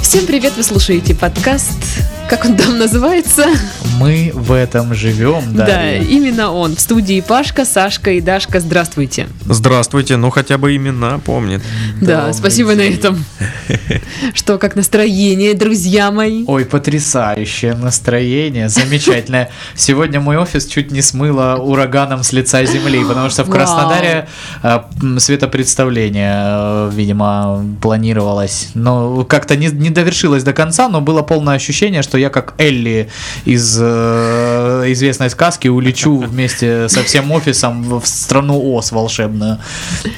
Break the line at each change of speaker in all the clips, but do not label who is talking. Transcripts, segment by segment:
Всем привет, вы слушаете подкаст, как он там называется?
Мы в этом живем,
Да,
да.
именно он. В студии Пашка, Сашка и Дашка. Здравствуйте.
Здравствуйте, ну хотя бы имена помнит.
Да,
Добрый
спасибо на
день.
этом. Что, как настроение, друзья мои?
Ой, потрясающее настроение, замечательное. Сегодня мой офис чуть не смыло ураганом с лица земли, потому что в
Вау.
Краснодаре э, м, светопредставление, э, видимо, планировалось. Но как-то не, не довершилось до конца, но было полное ощущение, что я как Элли из э, известной сказки улечу вместе со всем офисом в в страну Оз волшебную.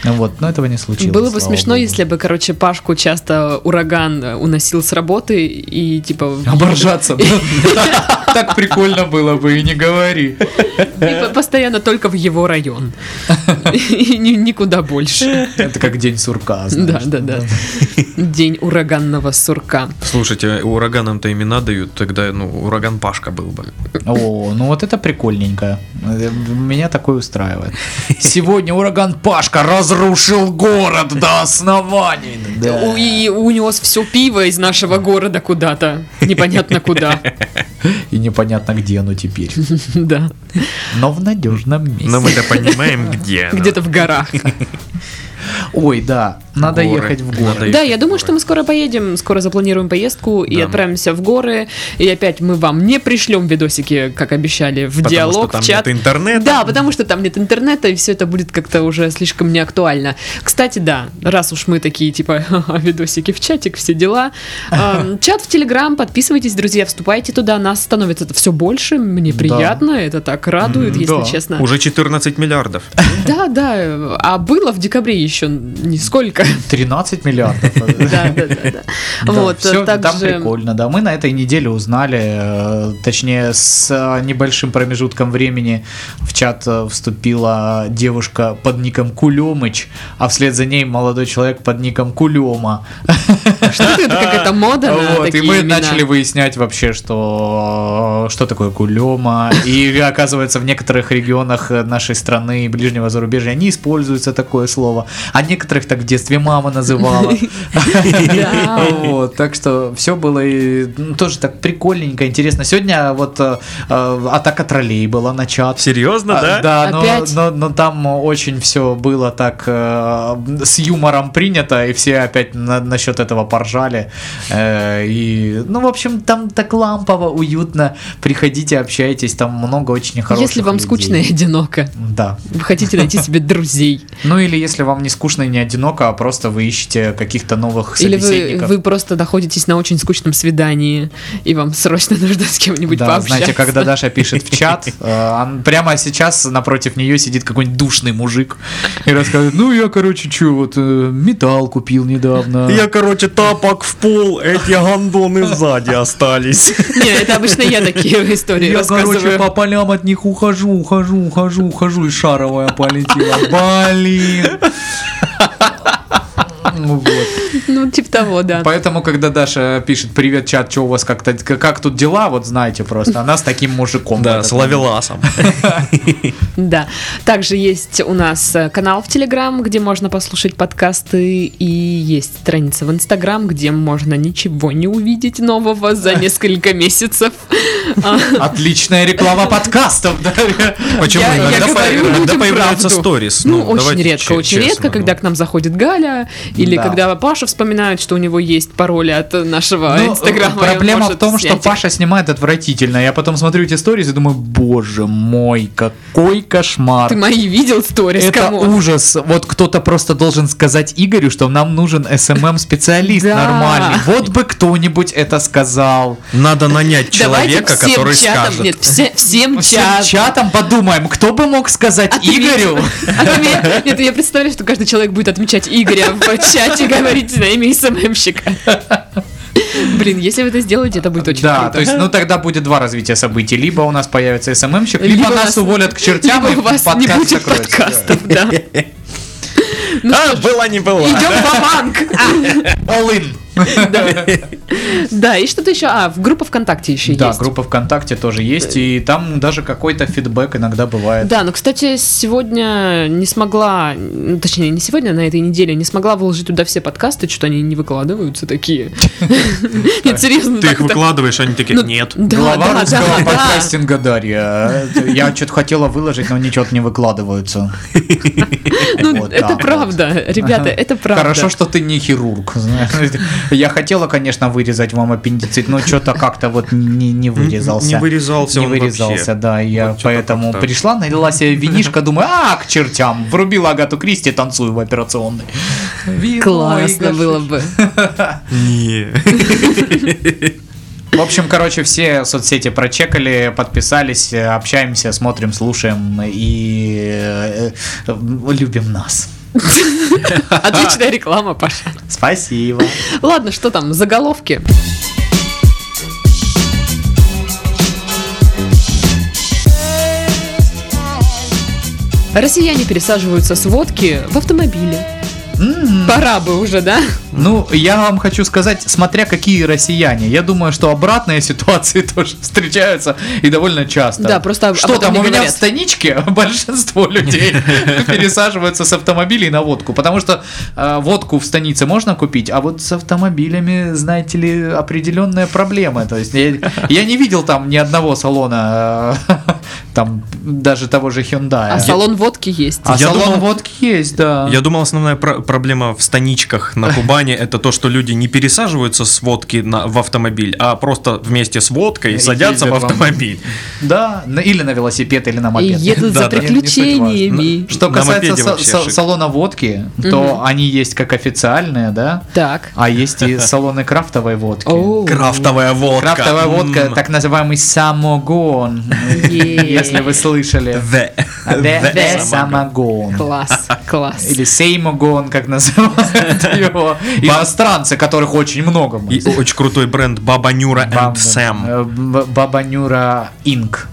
Вот, но этого не случилось.
Было бы
слава
смешно,
богу.
если бы, короче, Пашку часто ураган э, уносил с работы и типа...
Оборжаться. Так прикольно было бы, и не говори.
и по- постоянно только в его район. И ни- никуда больше.
Это как день сурка,
Да,
знаешь.
да, да. День ураганного сурка.
Слушайте, ураганам-то имена дают, тогда, ну, ураган Пашка был бы.
О, ну вот это прикольненько. Э, Меня такое устраивает. Сегодня ураган Пашка разрушил город до оснований.
У- И унес все пиво из нашего города куда-то. Непонятно куда.
И непонятно где оно теперь.
Да.
Но в надежном месте.
Но мы-то понимаем, где. она.
Где-то в горах.
Ой, да, надо
Горы.
ехать в
Надо
город.
Да,
ехать
я
в
думаю,
горы.
что мы скоро поедем, скоро запланируем поездку и
Да.
отправимся в горы. И опять мы вам не пришлем видосики, как обещали, в
Потому что
диалог,
там
в чат.
нет интернета.
Да, потому что там нет интернета, и все это будет как-то уже слишком неактуально. Кстати, да, раз уж мы такие, типа, «Ха-ха, видосики в чатик, все дела. Эм, Чат в Телеграм, подписывайтесь, друзья, вступайте туда, нас становится все больше, мне
Да.
приятно, это так радует,
М,
если
да.
честно.
Уже 14 миллиардов.
Да, да, а было в декабре еще нисколько.
13 миллиардов.
Да, да, да, да. Вот, э,
все там
также...
прикольно, да. Мы на этой неделе узнали, э, точнее, с э, небольшим промежутком времени в чат э, вступила девушка под ником Кулемыч, а вслед за ней молодой человек под ником Кулема.
Что это какая-то мода на
вот, и
такие
мы
имена?
начали выяснять вообще, что, э, что такое кулема. И оказывается, в некоторых регионах э, нашей страны и ближнего зарубежья не используется такое слово. А некоторых так в детстве мама называла.
Да.
Вот, так что все было и, ну, тоже так прикольненько, интересно. Сегодня вот э, э, атака троллей была на чат.
Серьезно,
А,
да?
Да, но,
Опять?
но- но там очень все было так э, с юмором принято, и все опять на, насчет этого поржали. Э, и, ну, в общем, там так лампово, уютно. Приходите, общайтесь, там много очень хороших
Если вам
людей.
скучно и одиноко,
Да.
вы хотите найти себе друзей,
Ну или если вам не скучно и не одиноко, а просто вы ищете каких-то новых
или вы,
собеседников.
вы просто находитесь на очень скучном свидании, и вам срочно нужно с кем-нибудь
да,
пообщаться.
знаете, когда Даша пишет в чат, э, он- прямо сейчас напротив нее сидит какой-нибудь душный мужик и рассказывает, ну я, короче, чё, вот э, металл купил недавно.
короче, тапок в пол, эти гандоны сзади остались.
Не, это обычно я такие истории
Я, короче,
рассказываю.
по полям от них ухожу, ухожу, ухожу, ухожу, и шаровая полетела. Блин. Ну вот.
Ну, типа того, да.
Поэтому, когда Даша пишет «Привет, чат, что у вас как-то, как тут дела?» Вот знаете просто, она с таким мужиком.
Да,
Вот
с
это.
лавеласом.
Да. Также есть у нас э, канал в Телеграм, где можно послушать подкасты, и есть страница в Инстаграм, где можно ничего не увидеть нового за несколько месяцев. А,
Отличная реклама подкастов, да?
Почему?
Я- я
Иногда
говорю
появ-
людям
иногда появляются
правду.
сторис.
Ну, очень
давайте
редко,
че-
очень
честно,
редко,
ну.
когда к нам заходит Галя, или
Да.
когда Паша вспоминает, что у него есть пароли от э, нашего
Ну,
Инстаграма. и он
Проблема в
может
том, что
снять их.
Паша снимает отвратительно. Я потом смотрю эти сторис и думаю, боже мой, какой кошмар.
Ты мои видел сторис,
Это
кому?
ужас. Вот кто-то просто должен сказать Игорю, что нам нужен СММ-специалист
Да.
нормальный. Вот бы кто-нибудь это сказал.
Надо нанять
Давайте
человека,
всем
который
чатом,
скажет.
нет, все- всем
Всем
чатом.
чатом подумаем, кто бы мог сказать
Отметь.
Игорю?
Отме- А Нет, я представляю, что каждый человек будет отмечать Игоря в чате и говорить на имя СММщика. Блин, если вы это сделаете, это будет очень
Да,
круто.
то есть, ну тогда будет два развития событий. Либо у нас появится СММщик, либо,
Либо
нас
нас-
уволят к чертям,
Либо
и
у вас не
Типа подкаст Ну
будет
закроется.
подкастов, да.
А, была не была.
Идем в банк
All in.
Да. Да, и что-то еще. А, в группа ВКонтакте еще
Да,
есть. Э.
группа ВКонтакте тоже есть, и там даже какой-то фидбэк иногда бывает.
Да, но, кстати, сегодня не смогла, ну, точнее, не сегодня, на этой неделе не смогла выложить туда все подкасты, что они не выкладываются такие. Нет, серьезно.
Ты
так-
их
так-
выкладываешь, они такие,
ну,
нет.
Да,
Глава
да,
русского
да, да.
подкастинга Дарья. а? Я что-то хотела выложить, но ничего не выкладываются.
Ну,
Вот
это
так
правда, ребята, это правда.
Хорошо, что ты не хирург. знаешь. Я хотела, конечно, вырезать вам аппендицит, но что-то как-то вот не, не вырезался.
Не вырезался
Не
он
вырезался,
вообще.
да. и Я
Вот чё-то
поэтому
как-то.
пришла, налила себе винишка, думаю, а, к чертям. Врубила Агату Кристи, танцую в операционной. Вино
Классно
и
было бы.
Не.
В общем, короче, все соцсети прочекали, подписались, э, общаемся, смотрим, слушаем и э, э, любим нас.
Отличная реклама, Паша.
Спасибо.
Ладно, что там, заголовки. Россияне пересаживаются с водки в автомобиле.
М,
Пора бы уже, да?
Ну, я вам хочу сказать, смотря какие россияне. Я думаю, что обратные ситуации тоже встречаются и довольно часто.
Да, просто об-
Что
об этом
там
не
у меня в
говорят.
станичке большинство людей пересаживаются с автомобилей на водку, потому что э, водку в станице можно купить, а вот с автомобилями, знаете ли, определенная проблема. То есть я, я не видел там ни одного салона, э, там даже того же Hyundai.
А салон водки есть.
А
Я
салон
думал-
водки есть, да.
Я думал, основная про- проблема в станичках на Кубани это то, что люди не пересаживаются с водки на- в автомобиль, а просто вместе с водкой
И
садятся в
ездят вам.
автомобиль.
Да, на- или на велосипед, или на
И
мопед.
едут за
Да, да,
не- Ну, не суть
приключениями.
Что
На
касается
мопеде
са-
вообще
са-
шик.
салона водки, то они есть как официальные, да,
Так.
а есть и салоны крафтовой водки.
Оу.
Крафтовая водка.
Крафтовая водка,
М,
так называемый самогон.
Е.
Если вы слышали.
The.
The-
The
the
самогон.
Самогон.
Класс, класс.
Или сеймогон, как называют его. Иностранцы, которых очень много.
И очень крутой бренд Баба Нюра
Бам-
and Сэм.
э, Б- Баба Нюра Инк.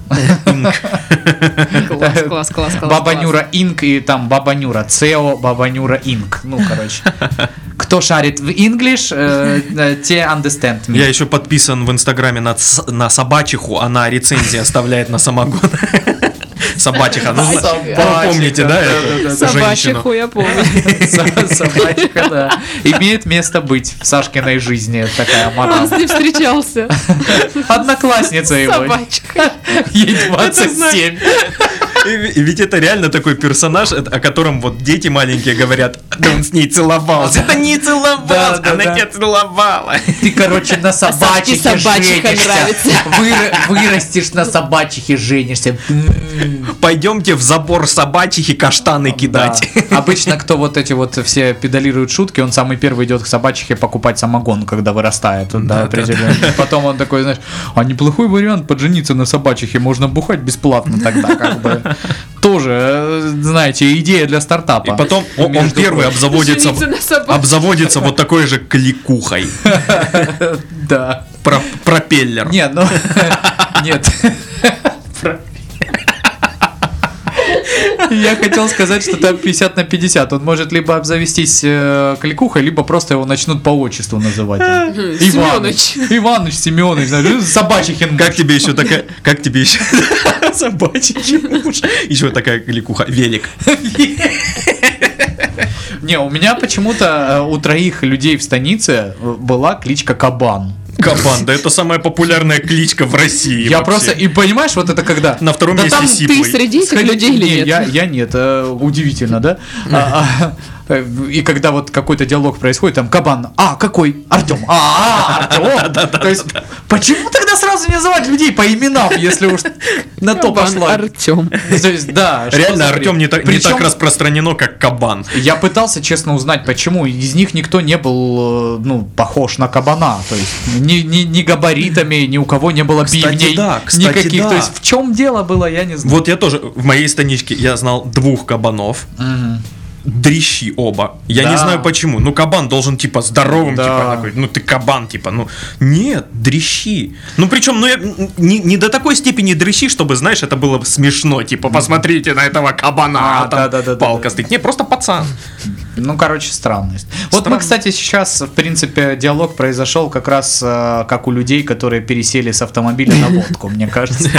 Класс, класс, класс, класс.
Баба
класс.
Нюра Инк и там Баба Нюра Цео, Баба Нюра Инк. Ну, короче. Кто шарит в English, э, э, те understand me.
Я еще подписан в инстаграме на, ц- на собачиху, она рецензии оставляет на самогон. Собачиха, ну,
Собачиха.
вы помните, да, эту женщину?
Собачья я помню.
Со- Собачка, да. Имеет место быть в Сашкиной жизни такая
Он
мадам.
с ним встречался.
Одноклассница его.
Собачка.
Ей
знаю.
27.
И ви- и ведь это реально такой персонаж, это- о котором вот дети маленькие говорят, да он с ней целовался. Это не
Да,
целовался,
да, да.
она тебя целовала.
А Ты, короче, на
А Сашке
собачке
собачиха
женишься.
нравится.
Выр- Вырастешь на собачихе, женишься. М.
Пойдемте в забор собачихи каштаны кидать.
Да. Обычно, кто вот эти вот все педалируют шутки, он самый первый идет к собачихе покупать самогон, когда вырастает. он, да,
Да, да,
определенно. Потом он такой, знаешь, а неплохой вариант поджениться на собачихе, можно бухать бесплатно тогда, как бы. Тоже, э, знаете, идея для стартапа.
И потом о- он,
Между
первый
прочим.
обзаводится,
Жениться на собаке.
обзаводится вот такой же кликухой.
Да.
Про- пропеллер.
Не, ну... Нет. Я хотел сказать, что там 50 на 50. Он может либо обзавестись э, кликухой, либо просто его начнут по отчеству называть.
Э,
Иваныч. Иваныч Семенович. знаешь, ну, Собачихин.
Как тебе еще такая... Как тебе еще... Собачий муж. Еще такая кликуха. Велик.
Не, у меня почему-то э, у троих людей в станице э, была кличка Кабан.
Кабан. Да это самая популярная кличка в России.
Я
вообще.
просто... И понимаешь, вот это когда...
На втором
Да
месте
там
Ты
Сиплый.
среди этих
Сходи-
людей
Не,
или
Я,
нет?
я нет, э, удивительно, да? А, а, э, И когда вот какой-то диалог происходит, там кабан, а какой? Артем, а, а, Артем. То есть, почему тогда сразу не называть людей по именам, если уж на то пошло?
Артем.
То есть, да. что
Реально,
за бред?
Артем не, так- не
Причем
так распространено, как кабан.
Я пытался, честно, узнать, почему из них никто не был, э, ну, похож на кабана. То есть, ни, ни- ни габаритами, ни у кого не было
Кстати,
бивней
да, кстати,
никаких.
да.
То есть, в чем дело было, я не знаю.
Вот я тоже в моей станичке я знал двух кабанов.
Мгм.
Дрищи оба. Я
Да.
не знаю почему. Ну, кабан должен, типа, здоровым,
Да.
типа, такой. Ну, ты кабан, типа, ну. Нет, дрищи. Ну, причем, ну, я м, не, не до такой степени дрищи, чтобы, знаешь, это было бы смешно. Типа, посмотрите на этого кабана.
А,
там
да-да-да-да-да.
Палка стоит. Не, просто пацан.
Ну, короче, странность. Вот мы,
Странно.
кстати, сейчас, в принципе, диалог произошел как раз э, как у людей, которые пересели с автомобиля на лодку, мне кажется.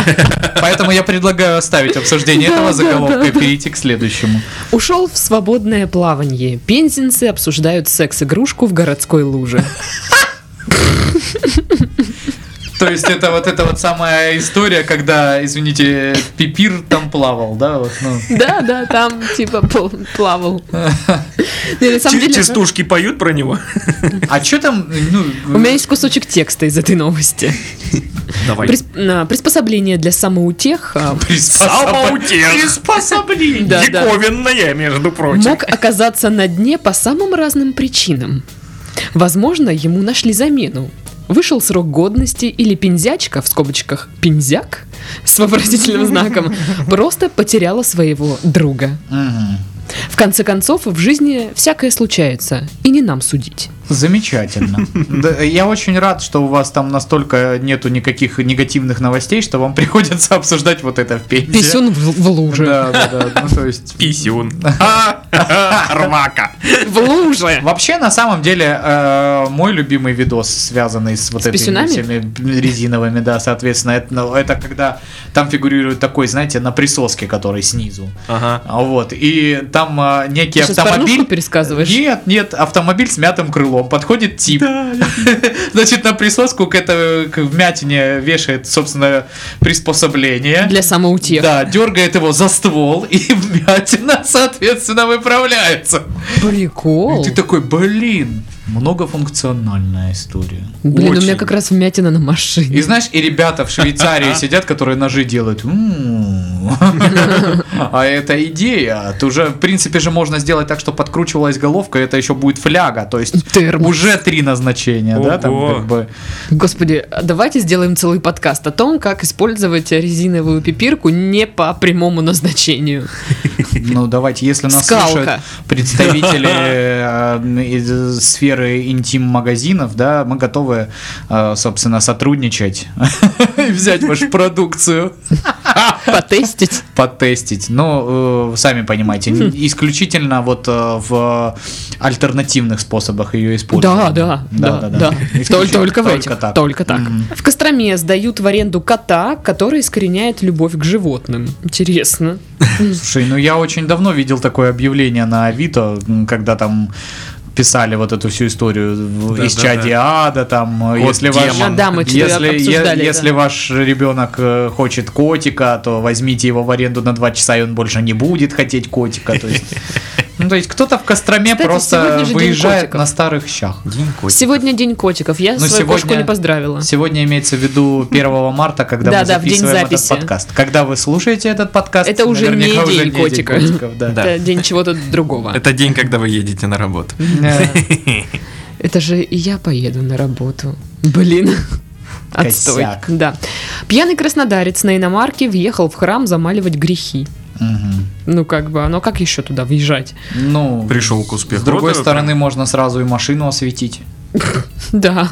Поэтому я предлагаю оставить обсуждение
Да,
этого
да,
заголовка и
да, да.
перейти к следующему.
Ушел в свободное плавание. Пензенцы обсуждают секс-игрушку в городской луже.
То есть это вот эта вот самая история, когда, извините, пипир там плавал, да? Вот, ну.
Да, да, там типа пл- плавал. Не, на самом
Че-
деле,
Частушки поют про него?
А что там,
У меня
ну,
есть кусочек текста из этой новости.
Давай.
Прис- на- Приспособление для самоутех а,
приспособ-
Самоутех.
приспособление?
Да, да.
Диковинная, между прочим.
мог оказаться на дне по самым разным причинам. Возможно, ему нашли замену. Вышел срок годности или пензячка, в скобочках пензяк, с вопросительным знаком, просто потеряла своего друга.
Мгм.
В конце концов, в жизни всякое случается, и не нам судить.
Замечательно. Да, Я очень рад, что у вас там настолько нету никаких негативных новостей, что вам приходится обсуждать вот это в пензе.
Писюн в, в луже.
Да, да, да. Ну, то есть...
Писюн. А, Рвака.
В луже!
Вообще, на самом деле, э, мой любимый видос, связанный с вот
С
этими
писюнами?
всеми резиновыми, да, соответственно, это, ну, это когда там фигурирует такой, знаете, на присоске, который снизу.
Ага.
А Вот. И там а, некий
Ты сейчас
автомобиль.
порнушку пересказываешь?
Нет, нет, автомобиль с мятым крылом. Подходит тип. Значит, на присоску к этой к вмятине вешает, собственно, приспособление.
Для самоутех.
Да, дергает его за ствол, и вмятина, соответственно, выправляется.
Прикол.
И ты такой, блин, многофункциональная история.
Блин, у
Очень.
меня как раз вмятина на машине.
И знаешь, и ребята в Швейцарии сидят, которые ножи делают. «М-м-м». А это идея. Тут уже, в принципе же, можно сделать так, что подкручивалась головка, и это еще будет фляга. То есть
Термос.
уже три назначения, да? Там,
Ого.
как бы.
Господи, давайте сделаем целый подкаст о том, как использовать резиновую пипирку не по прямому назначению.
Ну, давайте, если нас
Скалка.
слушают представители э, из сферы интим-магазинов, да, мы готовы, э, собственно, сотрудничать и взять вашу продукцию.
Потестить.
потестить. Но э, сами понимаете, н- исключительно вот э, в альтернативных способах ее
Да,
использовать.
да, да, да. Тол-
Исключительно
Только в этих.
так.
Только так.
Мгм.
В Костроме сдают в аренду кота, который искореняет любовь к животным. Интересно.
Слушай, ну я очень давно видел такое объявление на Авито, м, когда там писали вот эту всю историю в-
Да,
из
да,
чади ада там э,
Кот
если ваш
демон.
А, да, мы что-то
если,
обсуждали,
е- если
да.
ваш ребенок э, хочет котика то возьмите его в аренду на два часа и он больше не будет хотеть котика то есть ну то есть кто-то в Костроме
Кстати,
просто
сегодня же День
выезжает
котиков.
на старых щах
Сегодня день котиков. Я
Ну,
свою кошку
сегодня-
не поздравила.
Сегодня имеется в виду 1 марта, когда мы
Да-да, в день
записываем этот
записи.
подкаст. Когда вы слушаете этот подкаст,
Это уже не
наверняка уже
день котика.
котиков, да.
Да.
Это день чего-то другого.
Это день, когда вы едете на работу.
Э,
Это же и я поеду на работу. Блин. Отстой.
Косяк.
Да. Пьяный краснодарец на иномарке въехал в храм замаливать грехи.
мгм.
Ну, как бы, оно как еще туда въезжать?
Ну,
Пришел к успеху.
С другой
Вот это
стороны,
прям.
можно сразу и машину осветить.
Да,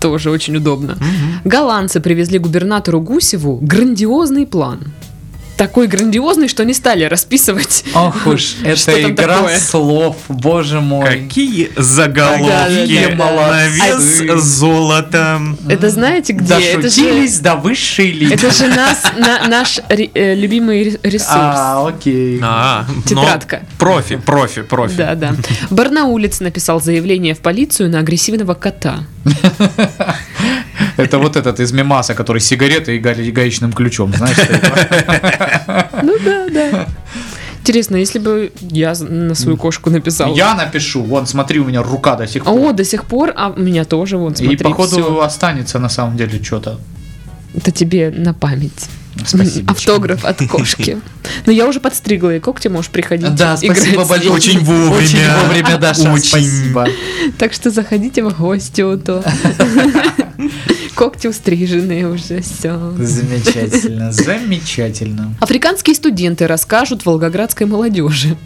тоже очень удобно. Голландцы привезли губернатору Гусеву грандиозный план. Такой грандиозный, что не стали расписывать.
Ох уж,
Что
это
там
игра
такое?
слов, боже мой.
Какие заголовки
Какие
на
молодцы.
вес золота.
Это знаете где? Это же,
Дошутились до высшей линии.
это же нас, на- наш ре- э, любимый ре- ресурс.
А, окей.
А, но
Тетрадка.
Профи, профи, профи.
Да, да. Барнаулец написал заявление в полицию на агрессивного кота.
Это вот этот из мемаса, который с сигаретой и га- гаечным ключом, знаешь? что это?
Ну да, да. Интересно, если бы я з- на свою кошку написал.
Я напишу, вон, смотри, у меня рука до сих пор.
О, до сих пор, а у меня тоже, вон, смотри,
И походу
всё.
останется на самом деле что-то.
Это тебе на память.
Спасибо.
Автограф от кошки. Но я уже подстригла, и когти можешь приходить.
Да, спасибо
играть.
большое.
Очень вовремя.
Очень вовремя, Даша.
Очень.
Спасибо.
Так что заходите в гости у то. Когти устриженные уже, все.
Замечательно, замечательно.
Африканские студенты расскажут волгоградской молодежи.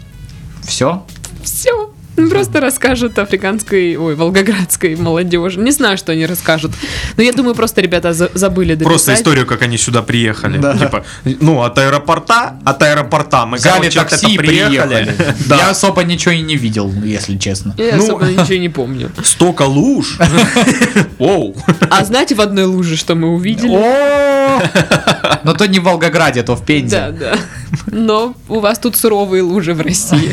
Все?
Все. Ну, Просто расскажут африканской, ой, волгоградской молодежи. Не знаю, что они расскажут. Но я думаю, просто ребята за- забыли дописать.
Просто историю, как они сюда приехали.
Да.
Типа, ну, от аэропорта, от аэропорта. Мы,
Взяли
короче,
такси и
это приехали.
приехали. Я
Да.
особо ничего и не видел, если честно.
Я
Ну.
особо ничего не помню.
Столько луж. Оу.
А знаете в одной луже, что мы увидели?
О! Но то не в Волгограде, то в
Да,
Пензе.
да. Но у вас тут суровые лужи в России.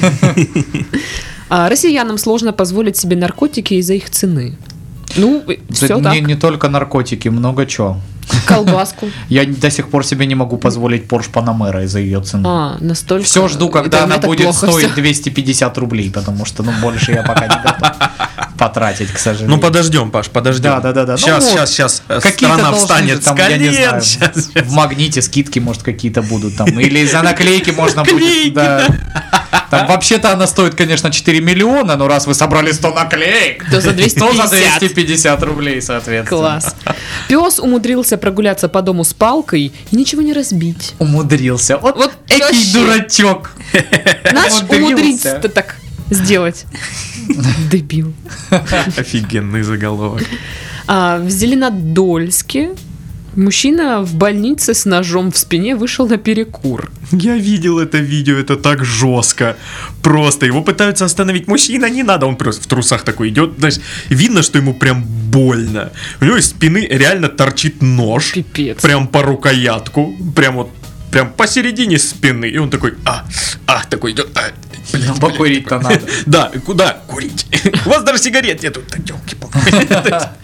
А россиянам сложно позволить себе наркотики из-за их цены. Ну, все
Да
так.
не- Не только наркотики, много чего.
Колбаску.
Я до сих пор себе не могу позволить Porsche Panamera из-за ее цены.
А, настолько.
Все жду,
Это
когда
у меня
она
так
будет
плохо
стоить
всё.
250 рублей, потому что, ну, больше я пока не готов потратить, к сожалению.
Ну подождем, Паш,
Да,
подождем.
да, да, да. Ну,
Сейчас,
вот.
сейчас, сейчас.
Какие-то
э, Страна
должны же
встанет с
там, я не
колен.
знаю,
Сейчас, сейчас.
В магните скидки, может, какие-то будут там. Или за наклейки можно будет.
Наклейки,
да. Там вообще-то она стоит, конечно, 4 миллиона, но раз вы собрали 100 наклеек,
То за 250.
то за 250 рублей, соответственно.
Класс. Пес умудрился прогуляться по дому с палкой и ничего не разбить.
Умудрился. Вот,
Вот
вот экий
вообще.
дурачок.
Наш
Умудрился.
умудрится так сделать. Дебил.
Офигенный заголовок.
А, в Зеленодольске мужчина в больнице с ножом в спине вышел на перекур.
Я видел это видео, это так жестко. Просто его пытаются остановить. Мужчина, не надо. Он просто в трусах такой идет. Знаешь, видно, что ему прям больно. У него из спины реально торчит нож.
Пипец.
Прям по рукоятку. Прям вот прям посередине спины. И он такой, а, а, такой идет. а, блядь,
Ну,
блядь,
покурить-то
такой.
надо.
Да, куда курить? У вас даже сигарет нету. Так, ёлки-палки.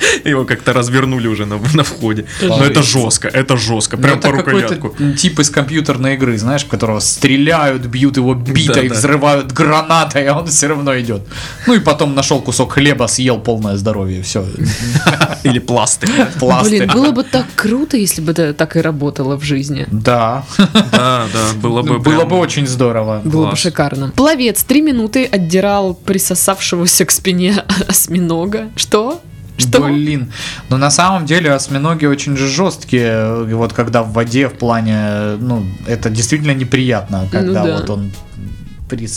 Его как-то развернули уже на на входе. Но это жестко, это жестко. Прям по
Ну, это
рукоятку.
какой-то тип из компьютерной игры, знаешь, в которого стреляют, бьют его битой,
Да-да.
взрывают гранатой, а он все равно идет. Ну и потом нашел кусок хлеба, съел полное здоровье, все,
Или пластырь.
пласты.
Блин, было бы так круто, если бы это так и работало в жизни.
Да,
Да, да, Ну, было бы
было
прям-
бы очень здорово.
Было бы
Класс.
шикарно. Пловец три минуты отдирал присосавшегося к спине осьминога. Что? Что?
Блин, но на самом деле осьминоги очень же жесткие, и вот когда в воде в плане, ну, это действительно неприятно, когда
Ну да.
вот он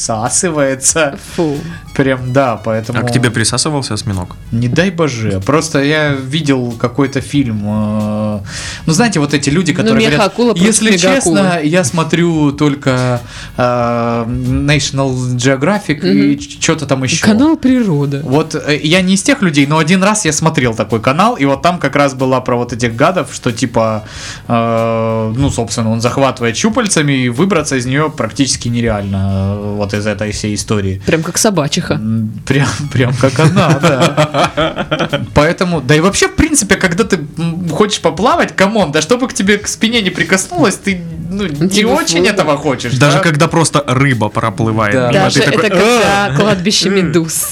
присасывается,
Фу.
прям да, поэтому...
А к тебе присасывался осьминог?
Не дай боже. Просто я видел какой-то фильм. э, Ну, знаете, вот эти люди, которые говорят,
мегаакула против
если
мегаакулы».
честно, я смотрю только э, National Geographic и что-то там еще.
Канал Природа.
Вот э, я не из тех людей, но один раз я смотрел такой канал, и вот там как раз была про вот этих гадов, что типа, э, ну, собственно, он захватывает щупальцами, и выбраться из нее практически нереально, э, вот из этой всей истории.
Прям как собачиха.
М, Прям, прям как она, да. Поэтому, да и вообще, в принципе, когда ты м, хочешь поплавать, камон, да чтобы к тебе к спине не прикоснулось, ты ну, не
Тебе
очень
фу,
этого хочешь.
Даже
да?
когда просто рыба проплывает.
Да.
мимо,
Даже
ты такой,
это когда кладбище медуз.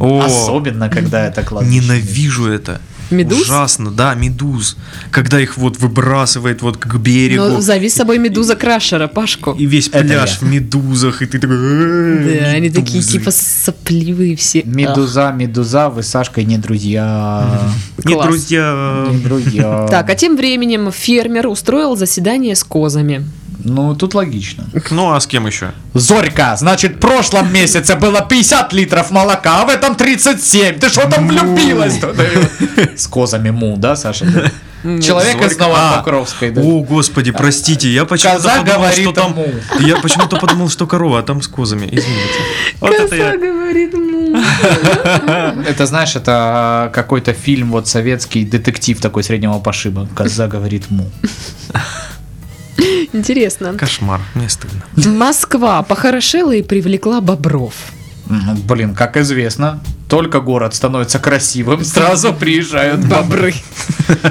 «О,
Особенно, когда это кладбище.
Ненавижу это.
Медуз?
Ужасно, да, медуз. Когда их вот выбрасывает вот к
Но
берегу.
Ну, зови с собой медуза Крашера, Пашку.
И весь
Это
пляж
я.
в медузах, и ты такой... «Э,
Да, они
медузы».
такие типа сопливые все.
Медуза, медуза, вы с Сашкой не друзья.
Не
Класс.
друзья.
Не друзья.
Ах. Так, а тем временем фермер устроил заседание с козами.
Ну, тут логично.
Ну а с кем еще?
Зорька, значит, в прошлом месяце было 50 литров молока, а в этом 37. Ты что там влюбилась? С козами му, да, Саша? Человек из
Зорька.
Новопокровской, да.
О, господи, простите, я почему-то
Коза
подумал,
говорит
что там...
ему.
Я почему-то подумал, что корова, а там с козами, извините. Вот это я...
говорит му.
Это, знаешь, это какой-то фильм, вот советский детектив такой среднего пошиба. Коза говорит му.
Интересно.
Кошмар, мне стыдно.
Москва похорошела и привлекла бобров.
М, Блин, как известно, только город становится красивым, сразу приезжают бобры.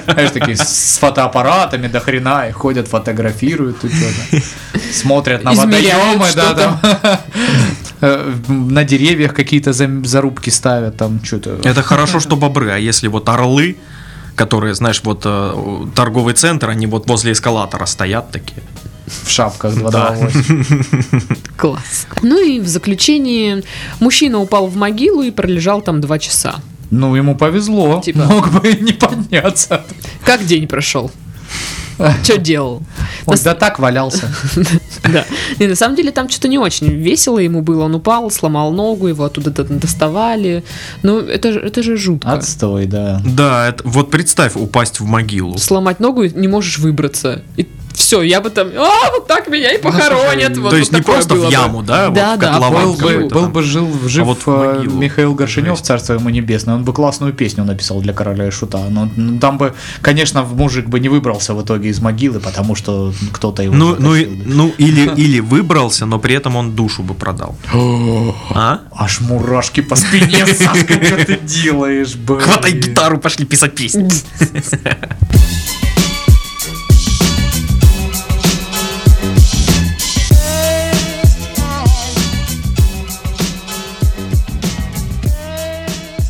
Знаешь, такие с фотоаппаратами до хрена и ходят, фотографируют, и чё-то. смотрят на
Измеряют
водоемы, да,
что-то.
там. Э, На деревьях какие-то зам- зарубки ставят, там что-то.
Это хорошо, что бобры, а если вот орлы, которые, знаешь, вот э, торговый центр, они вот возле эскалатора стоят такие.
В шапках
Да.
228.
Класс. Ну и в заключении мужчина упал в могилу и пролежал там два часа.
Ну, ему повезло.
Типа.
Мог бы и не подняться.
Как день прошел? Что делал?
Он да так валялся.
Да. Не, на самом деле там что-то не очень весело ему было. Он упал, сломал ногу, его оттуда до- доставали. Ну, это, же- это же жутко.
Отстой, да.
Да, это- вот представь упасть в могилу.
Сломать ногу и не можешь выбраться. И все, я бы там... А, вот так меня и похоронят. Вот-
Ну, То есть
вот
не
такое
просто
было
в
бы.
яму,
Да,
да? вот в
да,
котлован
Был бы,
какой-то
был
там.
бы жил, жив
А вот в
э,
могилу.
Михаил Горшинев,
Жесть.
царство ему небесное, он бы классную песню написал для короля и шута. Но ну, там бы, конечно, в мужик бы не выбрался в итоге из могилы, потому что кто-то его
Ну, ну, и-
затащил бы.
ну или, или выбрался, но при этом он душу бы продал. А?
Аж мурашки по спине, Сашка, что ты делаешь, блин?
Хватай гитару, пошли писать
Ну
песни.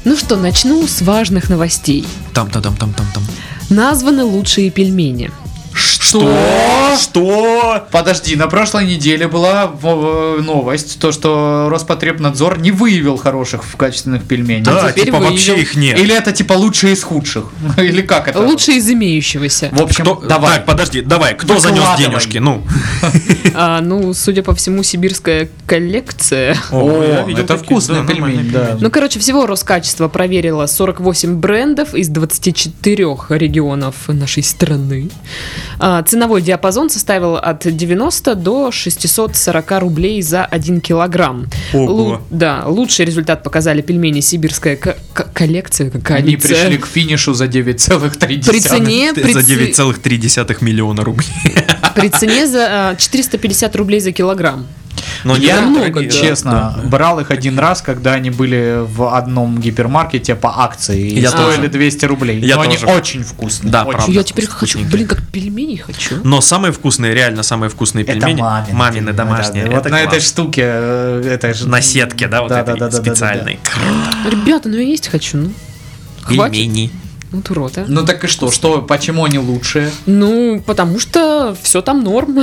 Ну что, начну с важных новостей.
Там, там, там, там, там, там.
Названы лучшие пельмени.
Что?
А
Что?
Подожди, на прошлой неделе была в- в- новость, то что Роспотребнадзор не выявил хороших в качественных пельменей.
Да,
теперь
типа
вы
вообще
ее-
их нет.
Или это типа лучшие из худших? Или как это?
Лучшие из имеющегося.
В общем,
Кто-
давай.
Так, подожди, давай, кто занес
Выкладывай.
денежки? Ну,
А, ну, судя по всему, сибирская коллекция.
О,
я видел
это
такие,
вкусный
да, нормальные
пельмень, да.
Ну, короче, всего Роскачество проверило 48 брендов из 24 регионов нашей страны. А, Ценовой диапазон составил от 90 до 640 рублей за 1 килограмм.
Ого.
Лу- да, лучший результат показали пельмени сибирская ко- ко- коллекция. Какая
Они пришли к финишу за 9,3.
При цене, при,
За
ц-
9,3 миллиона рублей.
при цене за а, 450 рублей за килограмм.
Но они
Я,
прям
много,
дорогие, да.
честно,
Да.
брал их один раз, когда они были в одном гипермаркете по акции и
Я
стоили
тоже.
200 рублей.
Я
Но они
тоже.
очень вкусные.
Да,
очень.
правда.
Я теперь хочу,
вкусненько.
блин, как пельмени хочу.
Но самые вкусные, реально самые вкусные
Это
пельмени.
мамины.
Мамины домашние.
Да,
Ну,
да. Вот
это
на этой
класс.
штуке, э, это же...
на сетке, да, вот
Да,
этой
да, да, да, да, да, да.
специальной.
Ребята, ну я есть хочу, ну. Хватит.
Пельмени.
Вот урод, а.
Ну так и что, что, почему они лучшие?
Ну, потому что все там норм.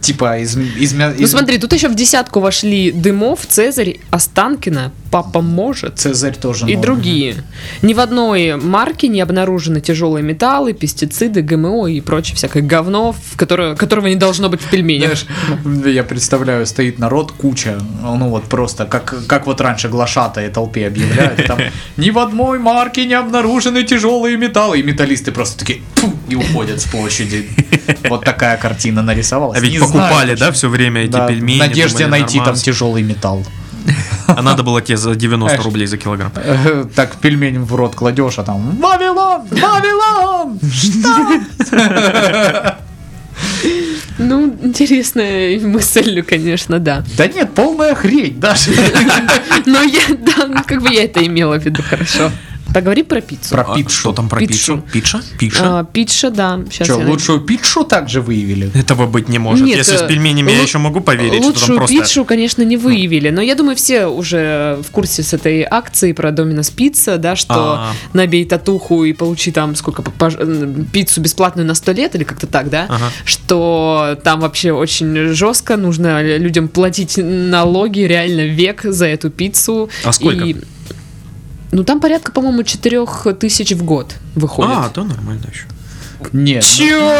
Типа из... из, мя-
Ну
из-
смотри, тут еще в десятку вошли Дымов, Цезарь, Останкина, Папа Может
Цезарь тоже.
и
ну,
другие. Ни в одной марке не обнаружены тяжелые металлы, пестициды, ГМО и прочее всякое говно, в которое, которого не должно быть в пельменях.
Знаешь, я представляю, стоит народ, куча, ну вот просто, как, как вот раньше глашатые толпе объявляют, там, ни в одной марке не обнаружены тяжелые металлы, и металлисты просто такие, «Пфу!» и уходят с площади. Вот такая картина нарисовалась.
А ведь
Не
покупали,
знаю,
да, все время эти
да,
пельмени.
в надежде
думали,
найти там
нормас.
тяжелый металл.
А надо было тебе за 90
Эх.
рублей за килограмм.
Э, Так пельмень в рот кладешь, а там Вавилон! Вавилон! Что?
Ну, интересная мысль, конечно, да.
Да нет, полная хрень даже.
Но я, да, ну, как бы я это имела в виду, хорошо. Поговори про пиццу.
Про
А
пиццу.
Что там про
Пиццу.
пиццу? Пицца?
А,
Пицца?
пицца, да. Сейчас
Что, лучшую пиццу также выявили?
Этого быть не может.
Нет,
Если
э,
с пельменями
лу-
я еще могу поверить, что там
Лучшую
просто...
пиццу, конечно, не выявили, но я думаю, все уже в курсе с этой акции про Доминос Пицца, да, что
А.
набей татуху и получи там сколько по- пож- м, пиццу бесплатную на 100 лет или как-то так, да,
Ага.
что там вообще очень жестко нужно людям платить налоги реально век за эту пиццу.
А сколько?
И- Ну там порядка, по-моему, 4 тысяч в год выходит.
А, то нормально еще.
Нет. ну,
Чего?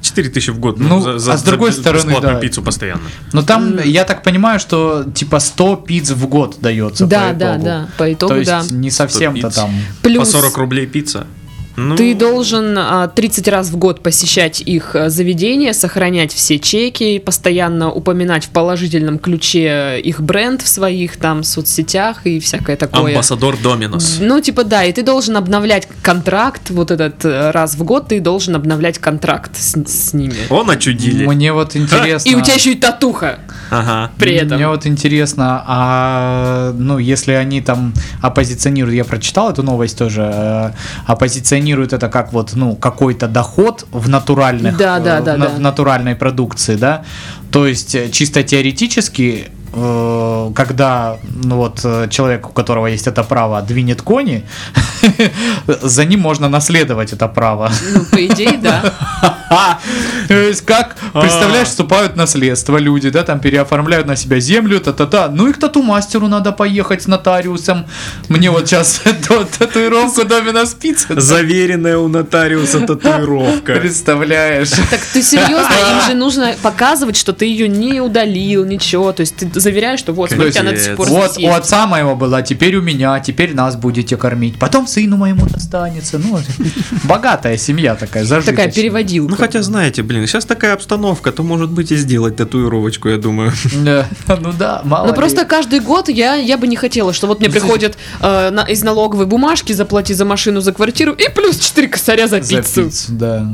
4 тысячи в год.
Ну,
за- за-
а с другой
за
стороны,
бесплатную
да.
пиццу постоянно.
Но там, я так понимаю, что типа 100 пиц в год дается.
Да,
по
да,
итогу.
да. По
То
итогу, да.
есть не совсем-то
100
там.
Плюс
По 40 рублей пицца. Ну,
Ты должен а, 30 раз в год посещать их а, заведение, сохранять все чеки, постоянно упоминать в положительном ключе их бренд в своих там соцсетях и всякое
а-
такое.
Амбассадор Доминос.
Ну, типа, да, и ты должен обновлять контракт, вот этот э, раз в год ты должен обновлять контракт с, с ними.
Он очудили.
Мне вот интересно.
И у тебя еще и татуха
Ага.
при этом.
Мне вот интересно, а ну если они там оппозиционируют, я прочитал эту новость тоже, э, оппозиционируют это как вот ну какой-то доход в натуральных,
Да, да,
э,
да,
на-
да.
в натуральной продукции, да, то есть э, чисто теоретически э, когда ну вот э, человек, у которого есть это право, двинет кони, за ним можно наследовать это право.
Ну, по идее, да.
То есть как, представляешь, вступают в наследство люди, да, там переоформляют на себя землю, та-та-та. Ну и к тату-мастеру надо поехать с нотариусом. Мне вот сейчас эту татуировку домина спицы.
Заверенная у нотариуса татуировка.
Представляешь?
Так ты серьезно, им же нужно показывать, что ты ее не удалил, ничего. То есть ты заверяешь, что вот, смотрите, она до сих пор
Вот
здесь
у
есть.
отца моего была, теперь у меня, теперь нас будете кормить. Потом сыну моему достанется. Ну, богатая семья такая, зажиточная.
Такая переводилка.
Ну хотя знаете, блин, сейчас такая обстановка, то может быть и сделать татуировочку, я думаю.
Да, Ну да, мало
Ну
ли.
просто каждый год я, я бы не хотела, что вот мне приходят э, на- из налоговой бумажки заплати за машину, за квартиру и плюс 4 косаря за
За
пиццу.
пиццу, да.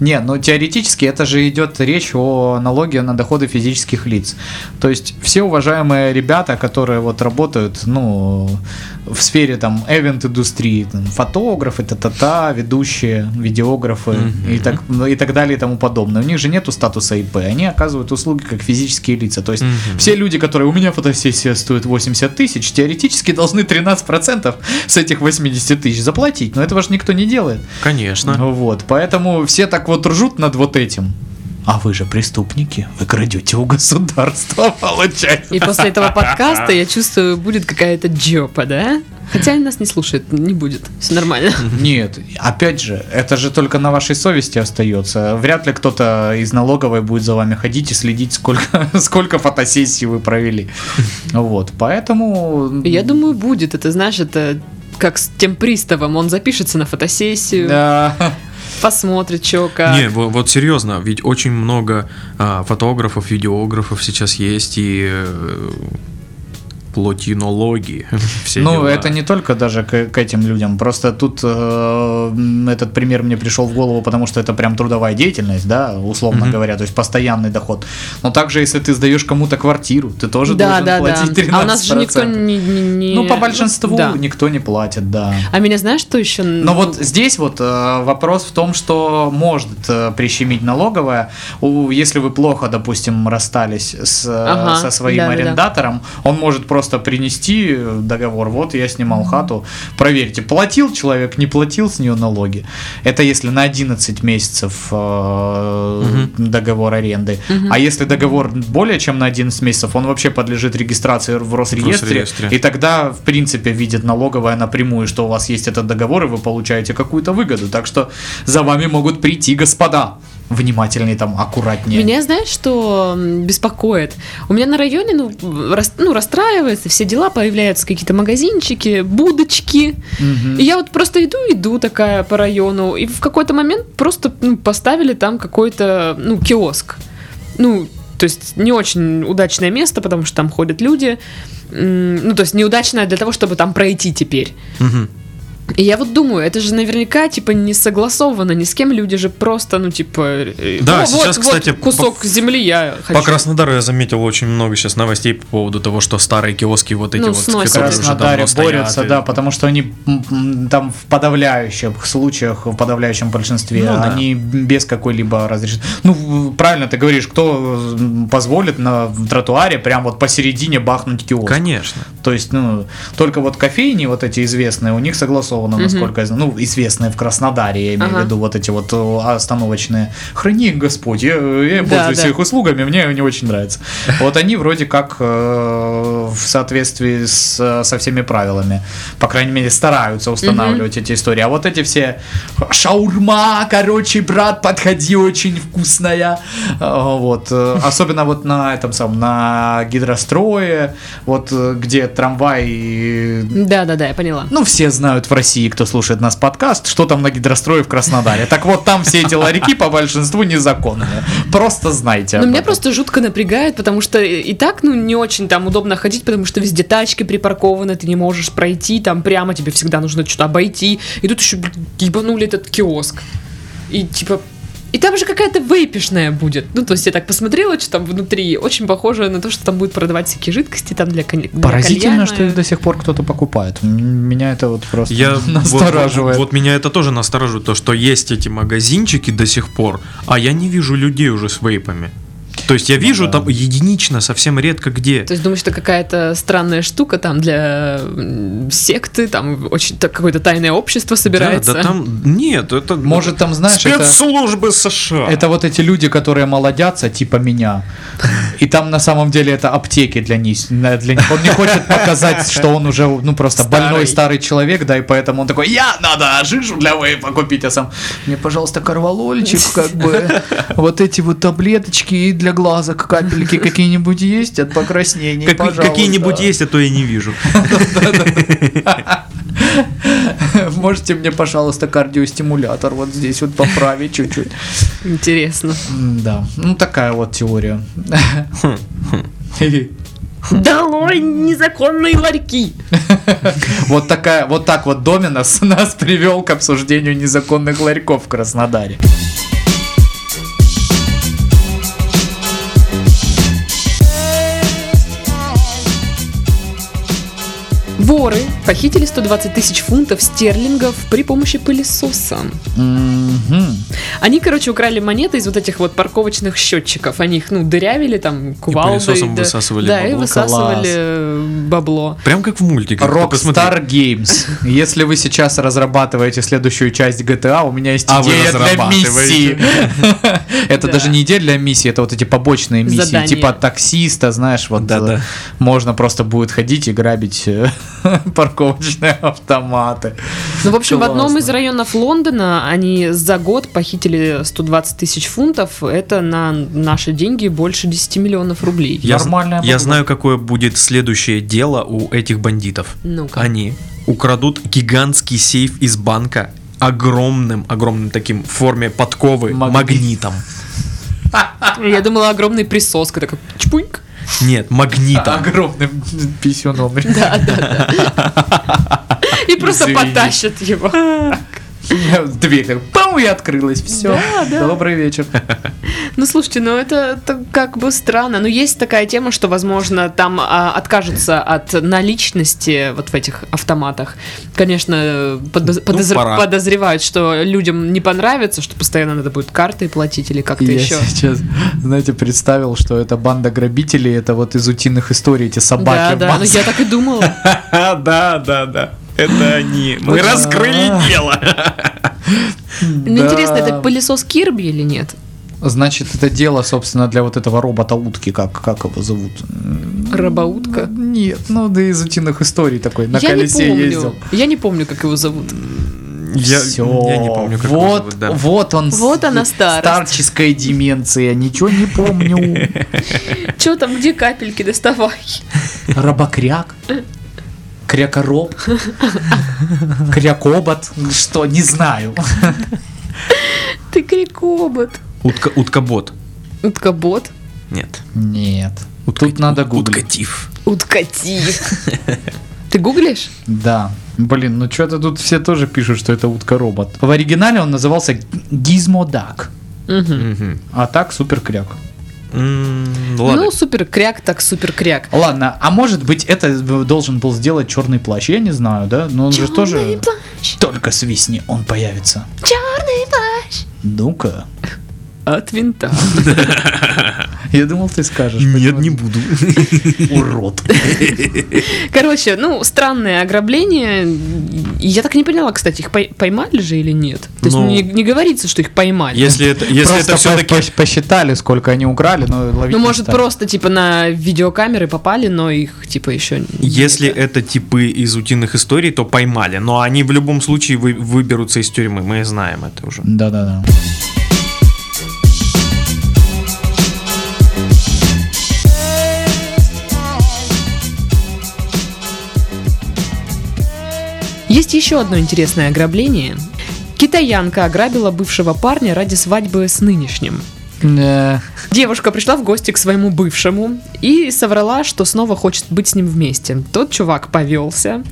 Не, ну теоретически это же идет речь о налоге на доходы физических лиц. То есть все уважаемые ребята, которые вот работают, ну, в сфере там эвент индустрии, там, фотографы, та-та-та, ведущие, видеографы и, так, ну, и так далее и тому подобное. У них же нету статуса ИП, они оказывают услуги как физические лица. То есть
Мгм.
все люди, которые у меня фотосессия стоит 80 тысяч, теоретически должны 13% с этих 80 тысяч заплатить, но этого же никто не делает.
Конечно.
Ну Вот, поэтому все так вот ржут над вот этим. А вы же преступники, вы крадете у государства, получается.
И после этого подкаста, я чувствую, будет какая-то джопа, да? Хотя нас не слушает, не будет. Все нормально.
Нет, опять же, это же только на вашей совести остается. Вряд ли кто-то из налоговой будет за вами ходить и следить, сколько, сколько фотосессий вы провели. Вот, поэтому...
Я думаю, будет. Это знаешь, это как с тем приставом. Он запишется на фотосессию,
Да.
посмотрит, что как.
Не, во- вот, серьезно, ведь очень много а, фотографов, видеографов сейчас есть и э, плотинологи. Все
Ну,
дела.
это не только даже к, к этим людям. Просто тут э, м, этот пример мне пришел в голову, потому что это прям трудовая деятельность, да, условно
Мгм.
говоря, то есть постоянный доход. Но также, если ты сдаешь кому-то квартиру, ты тоже
да,
должен
да,
платить
да.
13%.
А у нас же никто не, не- не-
Ну, по большинству
Да.
никто не платит, да.
А меня знаешь, что еще?
Но вот здесь вот э, вопрос в том, что может э, прищемить налоговая, У- если вы плохо, допустим, расстались с, э,
Ага,
со своим
да-да-да.
арендатором, он может просто принести э, договор, вот я снимал хату, проверьте, платил человек, не платил с нее налоги. Это если на 11 месяцев э, договор аренды.
Мгм.
А если договор более чем на 11 месяцев, он вообще подлежит регистрации в Росреестре,
Росреестре.
и тогда, в принципе, видит налоговая напрямую, что у вас есть этот договор, и вы получаете какую-то выгоду. Так что за вами могут прийти господа. Внимательнее там, аккуратнее.
Меня, знаешь, что м, беспокоит? У меня на районе, ну, рас- ну, расстраивается, все дела, появляются какие-то магазинчики, будочки.
Мгм.
И я вот просто иду, иду такая по району, и в какой-то момент просто ну, поставили там какой-то, ну, киоск. Ну, то есть не очень удачное место, потому что там ходят люди. М, Ну, то есть неудачное для того, чтобы там пройти теперь.
Мгм.
И я вот думаю, это же наверняка, типа, не согласовано ни с кем, люди же просто, ну, типа... э,
Да,
«О, вот-
сейчас,
вот
кстати,
кусок
по-
земли я хочу.
По Краснодару я заметил очень много сейчас новостей по поводу того, что старые киоски вот эти
Ну,
вот,
сносят.
В
которые уже давно
Краснодаре
стоят,
борются,
и-
да, потому что они м, м, там в подавляющих случаях, в подавляющем большинстве,
Ну да.
они без какой-либо разрешения. Ну, в- правильно ты говоришь, кто м, позволит на в тротуаре прям вот посередине бахнуть киоск.
Конечно.
То есть, ну, только вот кофейни вот эти известные, у них согласовано,
Мгм.
насколько я знаю, ну, известные в Краснодаре, я имею
Ага.
в виду вот эти вот э, остановочные. Храни их, Господь, я, я
Да,
пользуюсь
да.
их услугами, мне они очень нравятся. Вот они вроде как э, в соответствии с- со всеми правилами, по крайней мере, стараются устанавливать эти истории. А вот эти все шаурма, короче, брат, подходи, очень вкусная. Э, Вот, э, особенно вот на этом самом, на гидрострое, вот э, где трамвай и
Да-да-да, я поняла.
ну, все знают в России, кто слушает нас подкаст, что там на гидрострое в Краснодаре. Так вот, там все эти ларьки по большинству незаконные. Просто знайте.
Но
об
меня
этом.
Ну, просто жутко напрягает, потому что и так, ну, не очень там удобно ходить, потому что везде тачки припаркованы, ты не можешь пройти, там прямо тебе всегда нужно что-то обойти. И тут еще блин, ебанули этот киоск. И типа... И там же какая-то вейпишная будет. Ну, то есть я так посмотрела, что там внутри. Очень похоже на то, что там будет продавать всякие жидкости там для, конь- для
Поразительно,
кальяна.
что их до сих пор кто-то покупает. М, Меня это вот просто
Я вот-
настораживает.
Вот, вот меня это тоже настораживает, то, что есть эти магазинчики до сих пор, а я не вижу людей уже с вейпами. То есть я
Ну
вижу там единично, совсем редко где.
То есть думаешь, это какая-то странная штука там для м, секты, там очень так, какое-то тайное общество
Да,
собирается.
да там нет, это ну,
Может, там, знаешь, это-
спецслужбы США.
Это вот эти люди, которые молодятся, типа меня. И там на самом деле это аптеки для них. на- Для них. Он не хочет показать, что он уже ну просто
Старый.
больной старый человек, да, и поэтому он такой, я надо жижу для вейпа купить, а сам, мне, пожалуйста, корвалольчик, как бы, вот эти вот таблеточки и для глазок капельки какие-нибудь есть от покраснений,
Как-
пожалуйста».
какие-нибудь есть, а то я не вижу.
Можете мне, пожалуйста, кардиостимулятор вот здесь вот поправить чуть-чуть.
Интересно.
Да, ну такая вот теория.
Долой незаконные ларьки!
Вот такая, вот так вот Доминос нас привел к обсуждению незаконных ларьков в Краснодаре.
Воры похитили 120 тысяч фунтов стерлингов при помощи пылесоса.
Мгм.
Они, короче, украли монеты из вот этих вот парковочных счетчиков. Они их, ну, дырявили там кувалдой.
пылесосом
да.
высасывали
Да, и
бабло.
высасывали
Класс.
э, бабло.
Прям как в мультиках. Ты посмотри.
Rockstar Games. Если вы сейчас разрабатываете следующую часть GTA, у меня есть
А вы
идея для
разрабатываете.
миссии. Это
Да.
даже не идея для миссии, это вот эти побочные миссии,
Задания.
типа от таксиста, знаешь, вот
Да-да.
э, можно просто будет ходить и грабить э, парковочные автоматы.
Ну, в общем, в одном
Классно.
из районов Лондона они за год похитили 120 тысяч фунтов. Это на наши деньги больше 10 миллионов рублей.
Я, з-
Нормальная
я
баба.
знаю, какое будет следующее дело у этих бандитов.
Ну-ка.
Они украдут гигантский сейф из банка огромным, огромным таким в форме подковы
Магнит.
магнитом. А
Я думала, огромный присоска такой чпуньк.
Нет, магнитом.
Огромным А, писюном.
Да, да, да. И просто
Извини.
потащат его.
Дверь так, пам, и открылась. Все.
Да, да.
Добрый вечер.
Ну, слушайте, ну это так как бы странно. Но есть такая тема, что, возможно, там а, откажутся от наличности вот в этих автоматах. Конечно, подоз-
Ну,
подозр-
пора.
подозревают, что людям не понравится, что постоянно надо будет картой платить или как-то
Я
еще.
сейчас, знаете, представил, что это банда грабителей, это вот из утиных историй эти собаки.
Да,
в
да, ну
масках.
я так и думала.
А, Да, да, да. Это они. Мы
Да.
раскрыли дело.
Ну
Да.
интересно, это пылесос Кирби или нет?
Значит, это дело, собственно, для вот этого робота-утки, как, как его зовут?
Рабаутка?
Нет, ну да из утиных историй такой, на
я не
колесе
помню.
ездил.
Я не помню, как его зовут.
Я,
Всё.
я не помню, как его
вот,
зовут, да.
вот он.
Вот
с- э,
она старость.
Старческая деменция, ничего не помню.
Че там, где капельки доставай?
Робокряк? Крякороб? Крякобот? Что, не знаю.
Ты крикобот.
Утка, уткабот.
Уткобот.
Нет.
Нет. Тут надо гуглить.
Уткатив.
Уткати. Ты гуглишь?
Да. Блин, ну что-то тут все тоже пишут, что это утка-робот. В оригинале он назывался Гизмодак,
Мгм.
Мгм.
а так суперкряк.
М, Ладно.
Ну, супер кряк, так супер кряк.
Ладно, а может быть это должен был сделать черный плащ, я не знаю, да? Но он же тоже...
плащ,
Только свистни, он появится.
черный плащ.
Ну-ка.
От винта.
Я думал, ты скажешь.
Нет,
поэтому-
не буду.
Урод.
Короче, ну, странное ограбление. Я так и не поняла, кстати, их пой- поймали же или нет? То есть
Ну.
не, не говорится, что их поймали.
Если это, если
Просто
это все-таки
по- по- посчитали, сколько они украли, но ловить
Ну,
А не
может,
стали.
просто, типа, на видеокамеры попали, но их, типа, еще...
Если это типы из утиных историй, то поймали. Но они в любом случае вы- выберутся из тюрьмы. Мы знаем это уже.
Да-да-да.
Есть еще одно интересное ограбление. Китаянка ограбила бывшего парня ради свадьбы с нынешним.
Да.
Девушка пришла в гости к своему бывшему и соврала, что снова хочет быть с ним вместе. Тот чувак повелся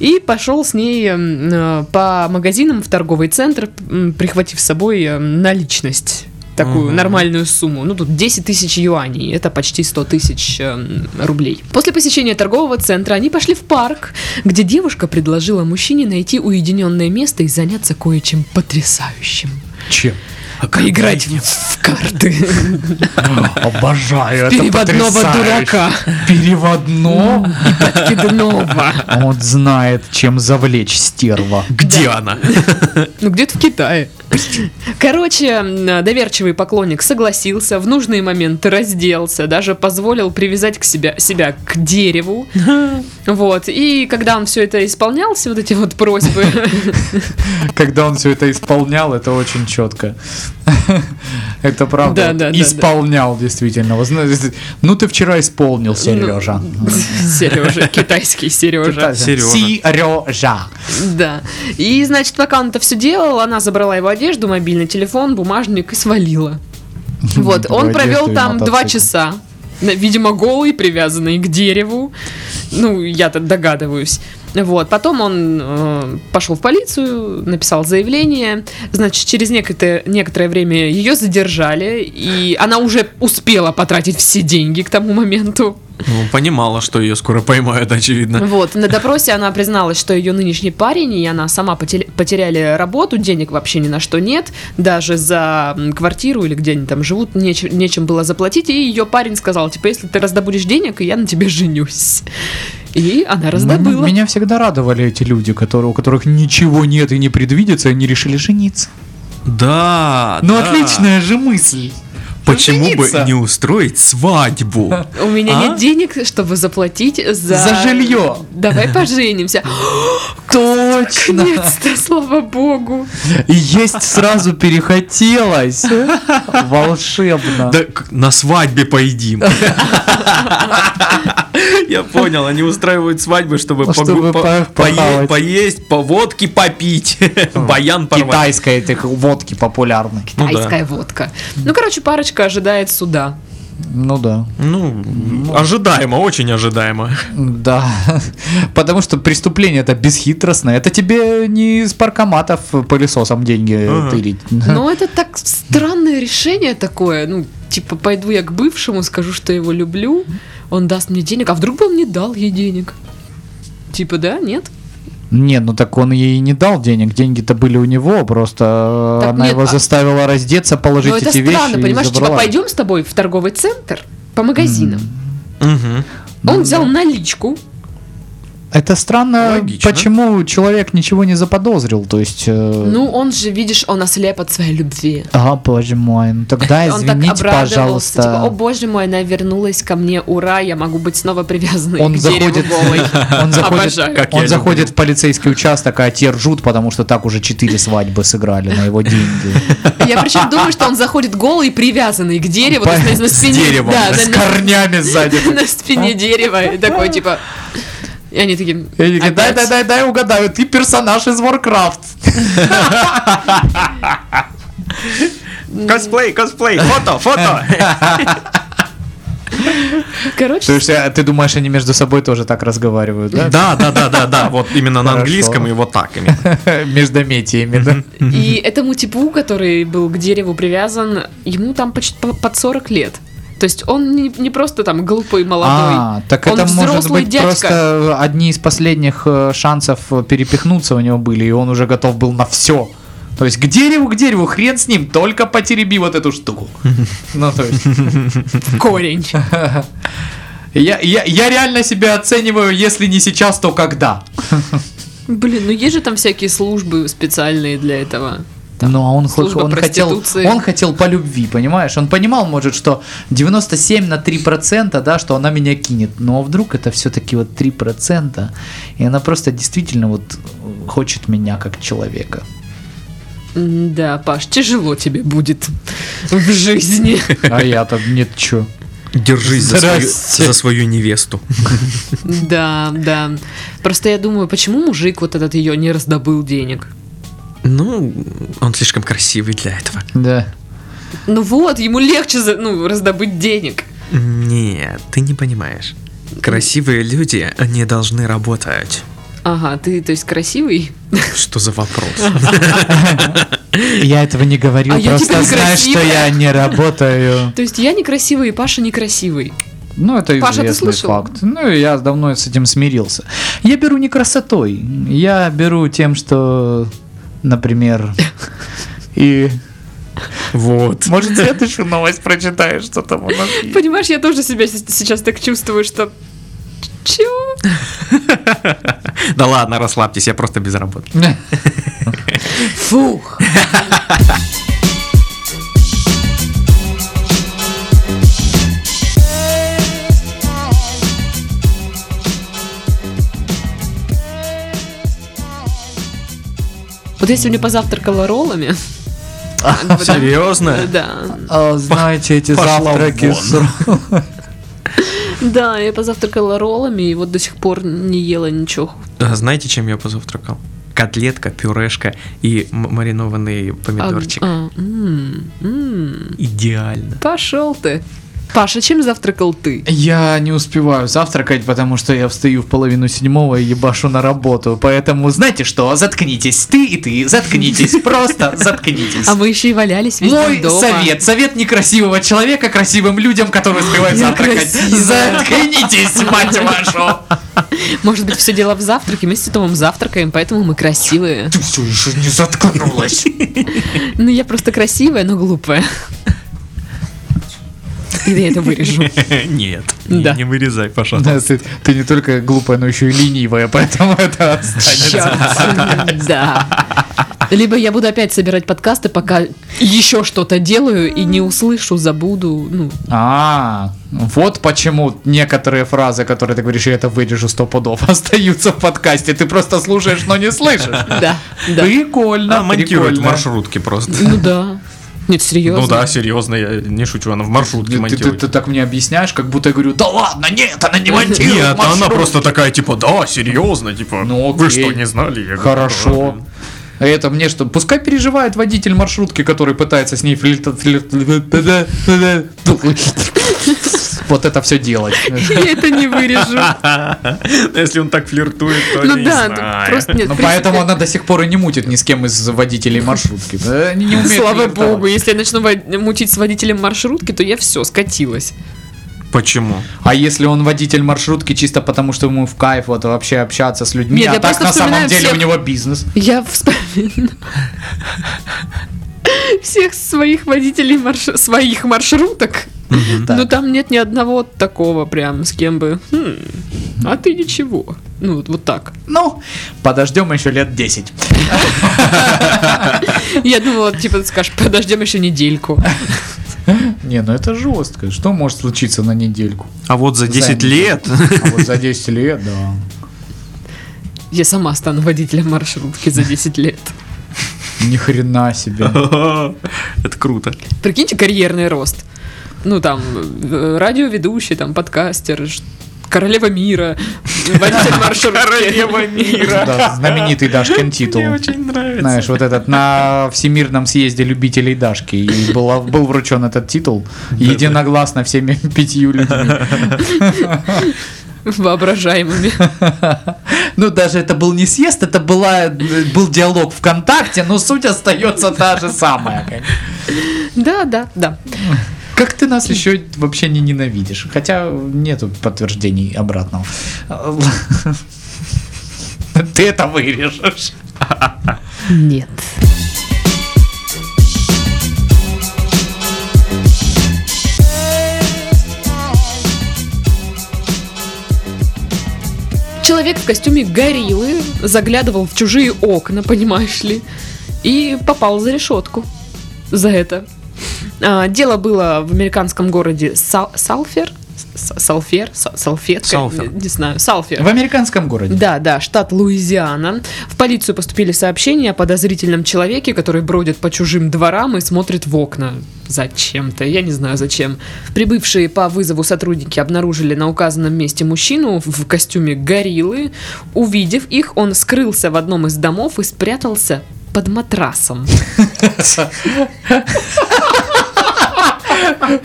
и пошел с ней м, э, по магазинам в торговый центр, м, прихватив с собой э, наличность. Такую
Мгм.
нормальную сумму. Ну, тут 10 тысяч юаней. Это почти 100 тысяч эм, рублей. После посещения торгового центра они пошли в парк, где девушка предложила мужчине найти уединенное место и заняться кое-чем потрясающим.
Чем?
поиграть в- в карты.
Обожаю это
Переводного
потрясающе.
дурака.
Переводного? А
Подкидного.
Он знает, чем завлечь стерва.
Где она?
Ну, где-то в Китае. Короче, м, доверчивый поклонник согласился, в нужные моменты разделся, даже позволил привязать к себя, себя к дереву. Вот. И когда он все это исполнял, все вот эти вот просьбы,
Когда он все это исполнял, это очень четко. Это правда.
Да, да, да,
исполнял, действительно. Вот знаете, Ну, ты вчера исполнил, Сережа.
Сережа, китайский Сережа.
Сережа.
Сережа.
Да. И, значит, пока он это все делал, она забрала его одежду, мобильный телефон, бумажник и свалила. Вот,
Его
он
одежду
провел
и
там два
мотоцикл.
часа. На- Видимо, голый, привязанный к дереву. Ну, я-то догадываюсь. Вот, потом он э, пошел в полицию, написал заявление. Значит, через некоторое, некоторое время ее задержали, и она уже успела потратить все деньги к тому моменту.
Ну, понимала, что ее скоро поймают, очевидно.
Вот, на допросе она призналась, что ее нынешний парень и она сама потел- потеряли работу, денег вообще ни на что нет, даже за м, квартиру или где они там живут, неч- нечем было заплатить, и ее парень сказал, типа, если ты раздобудешь денег, я на тебе женюсь. И она
М-
раздобыла.
Меня всегда радовали эти люди, которые, у которых ничего нет и не предвидится, и они решили жениться.
Да.
Ну,
А.
да.
отличная же мысль.
Почему бы
Жениться.
не устроить свадьбу?
У меня
А?
нет денег, чтобы заплатить за...
За жилье.
Давай поженимся.
Точно.
Наконец-то, слава богу.
И есть сразу перехотелось. Волшебно.
Да к- на свадьбе поедим. Я понял, они устраивают свадьбы, чтобы
Ну,
погу-
чтобы
по-
по- похавать.
пое- поесть, по водке попить, баян порвать.
Китайская этих водки популярной.
Ну да.
Тайская водка. Ну, короче, парочка ожидает суда.
Ну да.
Ну, ожидаемо, очень ожидаемо.
Да. Потому что преступление это бесхитростное. Это тебе не из паркоматов пылесосом деньги
Ага.
тырить.
Но это так странное решение такое. Ну, типа, пойду я к бывшему, скажу, что его люблю, он даст мне денег, а вдруг бы он не дал ей денег? Типа, да, нет?
Нет, ну так он ей не дал денег. Деньги-то были у него, просто
Так
она
нет,
его
а-
заставила раздеться, положить
Но это
эти
странно,
вещи. и
понимаешь, типа,
забрала.
пойдем с тобой в торговый центр по магазинам.
Мгм.
Ну,
Он взял наличку.
Это странно,
Логично.
почему человек ничего не заподозрил, то есть... э,
Ну, он же, видишь, он ослеп от своей любви.
А, боже мой, ну тогда
Он так
извините,
обрадовался,
пожалуйста.
типа, о боже мой, она вернулась ко мне, ура, я могу быть снова привязанной
он
к
заходит,
дереву голой.
он заходит,
Обожаю.
Как я
он
люблю.
заходит в полицейский участок, а те ржут, потому что так уже четыре свадьбы сыграли на его
Я
деньги.
причем думаю, что он заходит голый и привязанный к дереву, то есть на, на спине.
деревом,
да, ну-
С
на- на-
корнями сзади.
на спине дерева и такой типа. И они такие.
И они говорят, дай,
«Опять?»
дай, дай, дай угадаю, ты персонаж из Warcraft.
Косплей, косплей, фото, фото.
Короче,
То есть, а, ты думаешь, они между собой тоже так разговаривают, да?
Да, да, да, да, да, вот именно на
Хорошо.
английском и вот так именно.
Междометиями, да?
и этому типу, который был к дереву привязан, ему там почти по- под 40 лет. То есть он не, не просто там глупый молодой.
А, так
Он
это может
взрослый
быть
дядька.
просто э, одни из последних э, шансов э, перепихнуться у него были, и он уже готов был на все. То есть к дереву, к дереву, хрен с ним, только потереби вот эту штуку. Ну, то есть,
Корень.
я, я, я реально себя оцениваю, если не сейчас, то когда.
Блин, ну есть же там всякие службы специальные для этого.
Ну, а он,
служба
хоть- он хотел,
проституции.
он хотел по любви, понимаешь? Он понимал, может, что 97 на 3%, да, что она меня кинет. Но вдруг это все-таки вот 3%, и она просто действительно вот э, хочет меня как человека.
М, Да, Паш, тяжело тебе будет в жизни.
А я-то нет, чё.
Держись за свою,
Здрасте.
за свою невесту.
Да, да. Просто я думаю, почему мужик вот этот ее не раздобыл денег?
Ну, он слишком красивый для этого.
Да.
Ну вот, ему легче за- ну, раздобыть денег.
Нет, ты не понимаешь. Красивые люди, они должны работать.
Ага, ты, то есть, красивый?
Что за вопрос?
Я этого не говорил,
А я
просто
теперь
знаю, что
красивая.
я не работаю.
То есть, я некрасивый, и Паша некрасивый.
Ну, это
Паша, ты
известный
слышал?
факт. Ну, и я давно с этим смирился. Я беру не красотой, я беру тем, что, например, и
Вот.
Может, следующую новость прочитаешь, что там у нас есть.
Понимаешь, я тоже себя с- сейчас так чувствую, что... Чего?
Да ладно, расслабьтесь, я просто без работы.
Фух. Вот я сегодня позавтракала роллами. Потому-
Серьезно?
Да.
А, Знаете, эти
Пошла
завтраки
вон.
с-
Да, я позавтракала роллами и вот до сих пор не ела ничего.
А Знаете, чем я позавтракал? Котлетка, пюрешка и м- маринованный
А,
помидорчик. Идеально.
Пошел ты. Паша, чем завтракал ты?
Я не успеваю завтракать, потому что я встаю в половину седьмого и ебашу на работу. Поэтому, знаете что, заткнитесь. Ты и ты, заткнитесь. Просто заткнитесь.
А мы еще и валялись весь
Мой
день дома.
совет. Совет некрасивого человека красивым людям, которые успевают
Я
завтракать.
красивая.
Заткнитесь, мать вашу.
Может быть, все дело в завтраке. Мы с Титовым завтракаем, поэтому мы красивые.
Ты все еще не заткнулась.
Ну, я просто красивая, но глупая. И я это вырежу.
Нет,
Да.
не вырезай,
Да,
пожалуйста.
ты, ты не только глупая, но еще и ленивая, поэтому это останется.
Чёрт, Да. Либо я буду опять собирать подкасты, пока еще что-то делаю и не услышу, забуду. Ну,
А, вот почему некоторые фразы, которые ты говоришь, я это вырежу сто пудов, остаются в подкасте. Ты просто слушаешь, но не слышишь.
да, да.
Прикольно,
Она монтирует
прикольно.
маршрутки просто.
Ну да. Нет, серьезно.
Ну да, серьезно, я не шучу, она в маршрутке
Ты, ты- ты-
монтирует.
ты так мне объясняешь, как будто я говорю, да ладно, нет, она не монтирует
Нет, она
маршрут».
просто такая, типа, да, серьезно, типа,
Ну,
вы
окей.
что, не знали? Я говорю,
Хорошо.
«Да».
Это мне что? Пускай переживает водитель маршрутки, который пытается с ней флирт... Вот это все делать. Ну,
Я это не вырежу.
Если он так флиртует, то
Ну
не
да,
знаю.
тут просто нет.
Ну,
в принципе,
поэтому она до сих пор и не мутит ни с кем из водителей маршрутки. Да, они не умеют
Слава
флиртовать.
богу, если я начну вод- мутить с водителем маршрутки, то я все, скатилась.
Почему?
А если он водитель маршрутки чисто потому, что ему в кайф вот вообще общаться с людьми,
Нет,
а
я
так
просто
на самом
вспоминаю
деле у
всех-
него бизнес?
Я вспоминаю всех своих водителей марш- своих маршруток.
Так.
Но там нет ни одного такого прям, с кем бы. «Хм, а ты ничего. Ну, вот, вот так.
Ну, подождем еще лет 10.
Я думала, типа, ты скажешь, подождем еще недельку.
Не, ну это жестко. Что может случиться на недельку?
А вот за 10
Займ.
лет...
А вот за 10 лет, да.
Я сама стану водителем маршрутки за 10 лет.
Ни хрена себе.
Это круто.
Прикиньте, карьерный рост. Ну, там, э, радиоведущий, там, подкастер, ш- королева мира, водитель маршрутки.
Королева мира.
Да, знаменитый Дашкин титул.
Мне очень нравится.
Знаешь, вот этот на Всемирном съезде любителей Дашки. И была- был вручен этот титул единогласно всеми пятью людьми.
Воображаемыми.
Ну, даже это был не съезд, это была, был диалог ВКонтакте, но суть остается та же самая. конечно.
Да, да, да.
Как ты нас еще вообще не ненавидишь? Хотя нету подтверждений обратного. Ты это вырежешь.
Нет. Человек в костюме гориллы заглядывал в чужие окна, понимаешь ли, и попал за решетку за это. А, дело было в американском городе Сал- Салфер, С- Салфер, Са- Салфетка,
Салфер.
Не, не знаю, Салфер.
В американском городе.
Да, да, штат Луизиана. В полицию поступили сообщения о подозрительном человеке, который бродит по чужим дворам и смотрит в окна. Зачем-то, я не знаю зачем. Прибывшие по вызову сотрудники обнаружили на указанном месте мужчину в костюме гориллы. Увидев их, он скрылся в одном из домов и спрятался под матрасом.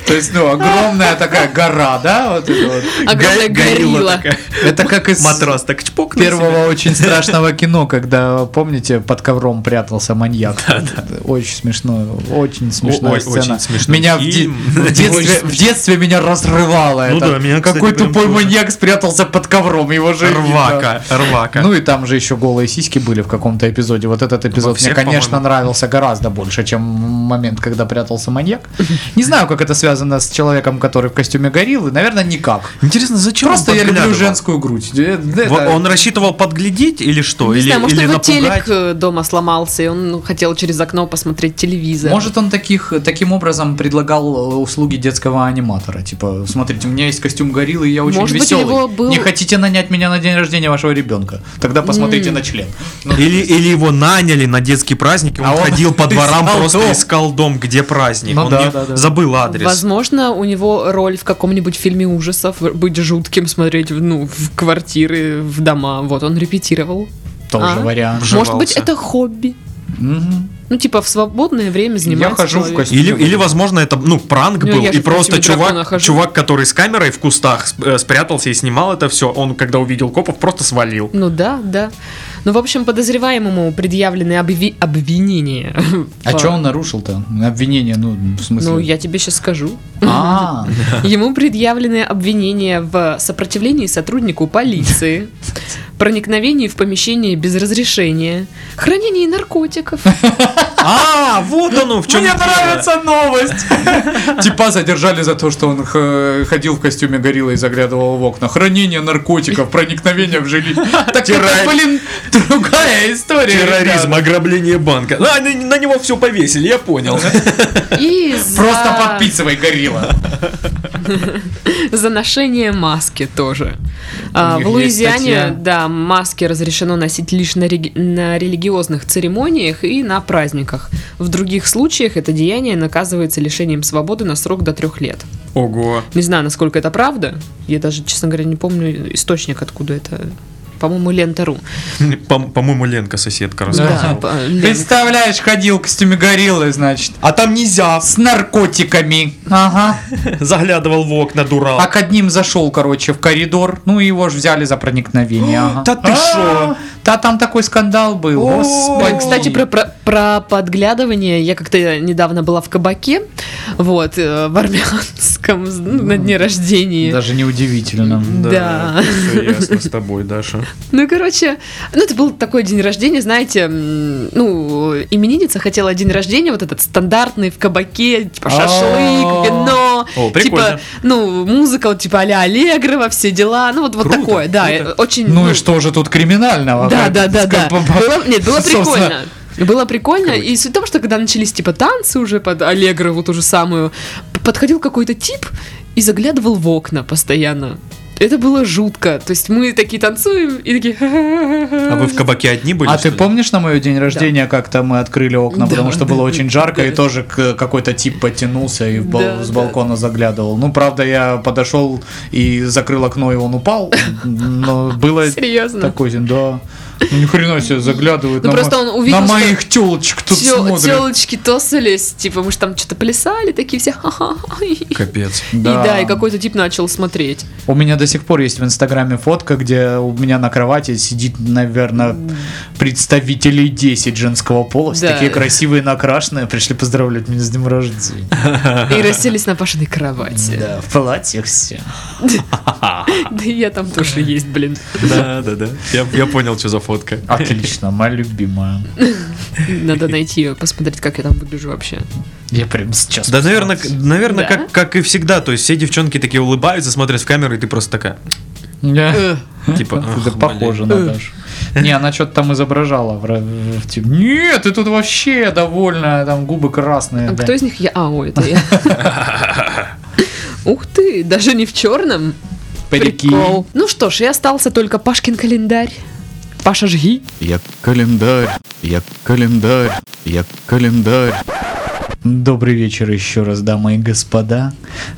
То есть, ну, огромная такая гора, да? Вот это вот.
Огромная
Га- горилла
горилла.
такая.
Это как из
Матрос так чпок на себя.
первого очень страшного кино, когда, помните, под ковром прятался маньяк. Очень смешно, очень смешная
О- ой,
сцена.
очень смешной
Меня в де-
фильм.
в детстве в детстве меня разрывало
Ну
это.
да, меня, кстати,
Какой
прям
тупой
тоже.
маньяк спрятался под ковром, его же видно.
Рвака, рвака.
Ну и там же еще голые сиськи были в каком-то эпизоде. Вот этот эпизод
всех,
мне, конечно,
по-моему.
нравился гораздо больше, чем момент, когда прятался маньяк. Не знаю, как это связано с человеком, который в костюме гориллы. Наверное, никак.
Интересно, зачем
Просто
он
я люблю
подглядывал?
женскую грудь. Э, да,
Во-
это-
Он рассчитывал подглядеть или что?
Не
или
знаю, может,
или
его
напугать?
телек э, дома сломался, и он ну, хотел через окно посмотреть телевизор.
Может, он таких, таким образом предлагал э, услуги детского аниматора. Типа, смотрите, у меня есть костюм гориллы, и я очень
Может быть,
веселый.
у него был-
Не хотите нанять меня на день рождения вашего ребенка? Тогда посмотрите на член. Ну,
Или, или его наняли на детский праздник, и он,
А он
ходил по дворам,
искал
просто
дом.
искал дом, где праздник.
Ну
он
да,
не-
да, да.
забыл адрес.
Возможно, у него роль в каком-нибудь фильме ужасов, в- быть жутким, смотреть в, ну, в квартиры, в дома. Вот он репетировал.
Тоже
А?
вариант.
Может быть, это хобби.
Мгм.
Ну, типа, в свободное время занимается
хожу в
человек.
костюме.
Или, или, возможно, это ну пранк
Ну,
был,
я
и
же в
просто
костюме дракона
чувак,
хожу.
чувак, который с камерой в кустах с- э, спрятался и снимал это все, он, когда увидел копов, просто свалил.
Ну да, да. Ну, в общем, подозреваемому предъявлены обви- обвинения.
А
По-
что он нарушил-то? Обвинение, ну, в смысле.
Ну, я тебе сейчас скажу.
А,
Ему предъявлены обвинения в сопротивлении сотруднику полиции, проникновении в помещение без разрешения, хранении наркотиков.
А, вот оно в чем.
мне нравится новость. Типа задержали за то, что он х- ходил в костюме гориллы и заглядывал в окна. Хранение наркотиков, проникновение в жилище. Так это,
Террор-
блин, другая история.
Терроризм,
ребята.
ограбление банка. А, на, на него все повесили, я понял.
И за-
Просто подписывай горилла.
За ношение маски тоже. А,
них
в
есть
Луизиане,
статья.
да, маски разрешено носить лишь на, реги- на религиозных церемониях и на праздниках. В других случаях это деяние наказывается лишением свободы на срок до трех лет.
Ого.
Не знаю, насколько это правда. Я даже, честно говоря, не помню источник, откуда это. По-моему, лента.ру.
По- По-моему, Ленка соседка
Да,
рассказывала.
по- лен-
Представляешь, ходил в костюме гориллы, значит.
А там нельзя.
С наркотиками. Ага.
Заглядывал в окна, дурак.
А к одним зашел, короче, в коридор. Ну, его же взяли за проникновение. ага.
Да ты
А,
шо?
Да там такой скандал был.
О,
Господи.
Ой, кстати, про, про, про подглядывание. Я как-то недавно была в кабаке, вот, э, в армянском, ну, на дне рождения.
Даже неудивительно.
Да.
Все ясно с тобой, Даша.
Ну, короче, ну, это был такой день рождения, знаете, м, ну, именинница хотела день рождения, вот этот стандартный в кабаке, типа
А.
шашлык, вино,
О,
типа,
прикольно.
ну, музыка, вот, типа а-ля Аллегрова, все дела, ну, вот, вот
Круто,
такое, да,
круто.
э, очень...
Ну
ну,
и что же тут криминального?
Да, да, да, да.
Как бы,
Было- Нет, было
собственно,
прикольно. Было прикольно, и суть в том, что когда начались типа танцы уже под Аллегрову ту же самую, п- подходил какой-то тип и заглядывал в окна постоянно. Это было жутко. То есть мы такие танцуем и такие...
А вы в кабаке одни были?
А
что
ты
ли?
помнишь на мое день рождения, как-то мы открыли окна,
Да.
потому что было очень жарко, и
Да.
тоже к- какой-то тип подтянулся и в бал-
Да,
с
да.
балкона заглядывал. Ну, правда, я подошел и закрыл окно, и он упал. Но было
Серьезно.
такой, да. Ну, ни хрена себе заглядывают
Ну,
на,
просто
мо-
он увидел,
на
что
моих телочек тут
Тё-
смотрят.
Тёлочки тосались, типа мы же там что-то плясали, такие все... «Ха-ха».
Капец.
И да, и какой-то тип начал смотреть.
У меня до сих пор есть в Инстаграме фотка, где у меня на кровати сидит, наверное, представителей 10 женского пола. Все
Да.
такие красивые, накрашенные. Пришли поздравлять меня с днем рождения.
И расселись на Пашиной кровати. Да,
Да, в платьях все.
и я там тоже есть, блин.
Да, да, да. Я, я понял, что за фотка.
Отлично, моя любимая.
Надо найти ее, посмотреть, как я там выгляжу вообще.
Я прям сейчас...
Да, наверное, к- наверное,
Да.
как, как и всегда. То есть все девчонки такие улыбаются, смотрят в камеру, и ты просто такая.
Да.
Э.
Типа,
Это
«Ах,
похоже
блин». Э.
на Дашу. Не, она что-то там изображала. в ра- в тип- Нет, ты тут вообще довольно, там губы красные.
А
да.
кто из них я? А, о, это я. Ух ты, даже не в черном.
Прикинь.
Прикол. Ну что ж, и остался только Пашкин календарь. Паша, жги.
Я календарь, я календарь, я календарь.
Добрый вечер еще раз, дамы и господа.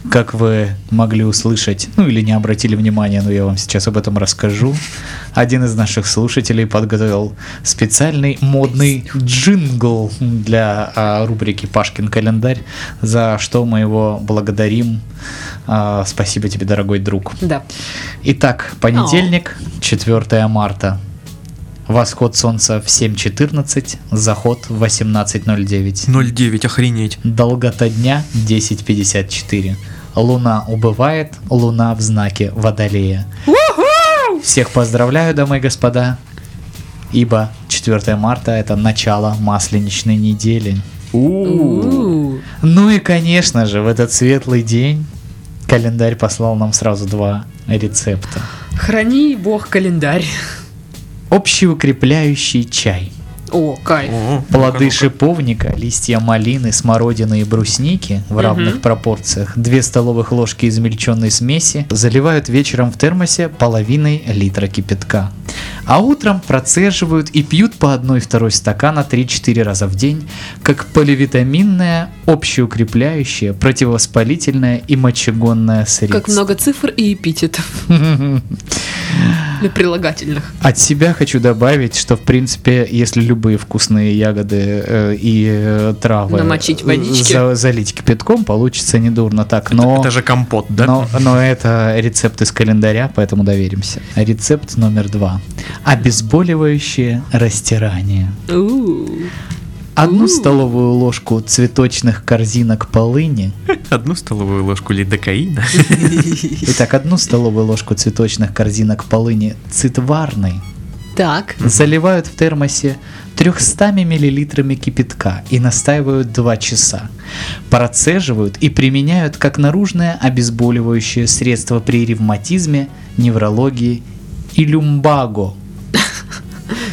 Как вы могли услышать, ну или не обратили внимания, но я вам сейчас об этом расскажу. Один из наших слушателей подготовил специальный модный джингл для а, рубрики «Пашкин календарь», за что мы его благодарим. А, спасибо тебе, дорогой друг.
Да.
Итак, понедельник, 4 марта. Восход солнца в 7.14, заход в 18.09.
0,9, охренеть.
Долгота дня 10.54. Луна убывает, луна в знаке Водолея. Всех поздравляю, дамы и господа, ибо 4 марта это начало масленичной недели.
У.
Ну и, конечно же, в этот светлый день календарь послал нам сразу два рецепта.
Храни бог календарь.
Общеукрепляющий чай.
О, кайф.
О,
Плоды
ну-ка,
шиповника, листья малины, смородины и брусники в равных пропорциях, 2 столовых ложки измельченной смеси заливают вечером в термосе половиной литра кипятка. А утром процеживают и пьют по 1-2 стакана 3-4 раза в день, как поливитаминное, общеукрепляющее, противовоспалительное и мочегонное средство.
Как много цифр и эпитетов для прилагательных.
От себя хочу добавить, что в принципе, если любые вкусные ягоды э, и э, травы
Намочить
э,
водички.
за- залить кипятком, получится недурно так.
Это,
Но
это же компот, да?
но, но это рецепт из календаря, поэтому доверимся. Рецепт номер два. Обезболивающее растирание.
У.
Одну столовую ложку цветочных корзинок полыни.
Одну столовую ложку лидокаина.
Итак, одну столовую ложку цветочных корзинок полыни цитварной
Так.
заливают в термосе 300 мл кипятка и настаивают 2 часа. Процеживают и применяют как наружное обезболивающее средство при ревматизме, неврологии и люмбаго.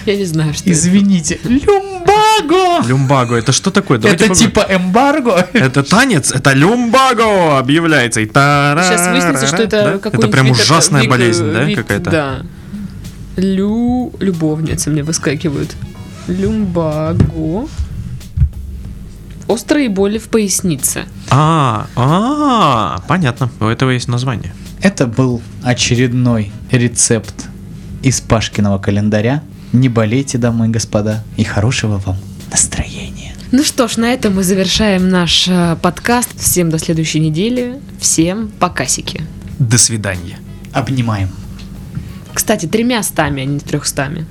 Я не знаю, что это.
Извините, люмбаго!
Люмбаго, это что такое? Давайте
Это
погуглим.
типа эмбарго?
Это танец, это люмбаго объявляется. И
Сейчас выяснится, что это
да?
какой-нибудь
Это прям
вид-
ужасная
вид- э,
болезнь, да,
вид-
какая-то?
Да. Лю... Любовницы мне выскакивают. Люмбаго. Острые боли в пояснице.
А, а, понятно. У этого есть название.
Это был очередной рецепт из Пашкиного календаря. Не болейте, дамы и господа, и хорошего вам настроения.
Ну что ж, на этом мы завершаем наш э, подкаст. Всем до следующей недели. Всем покасики.
До свидания.
Обнимаем.
Кстати, тремя стами, а не трехстами.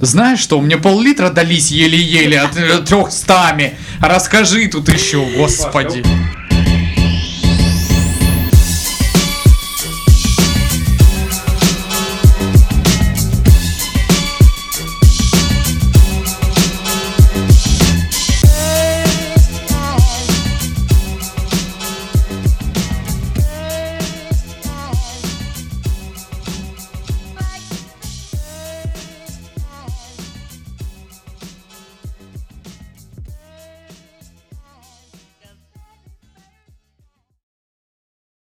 Знаешь что, мне пол-литра дались еле-еле от э, трехстами. Расскажи тут еще, господи.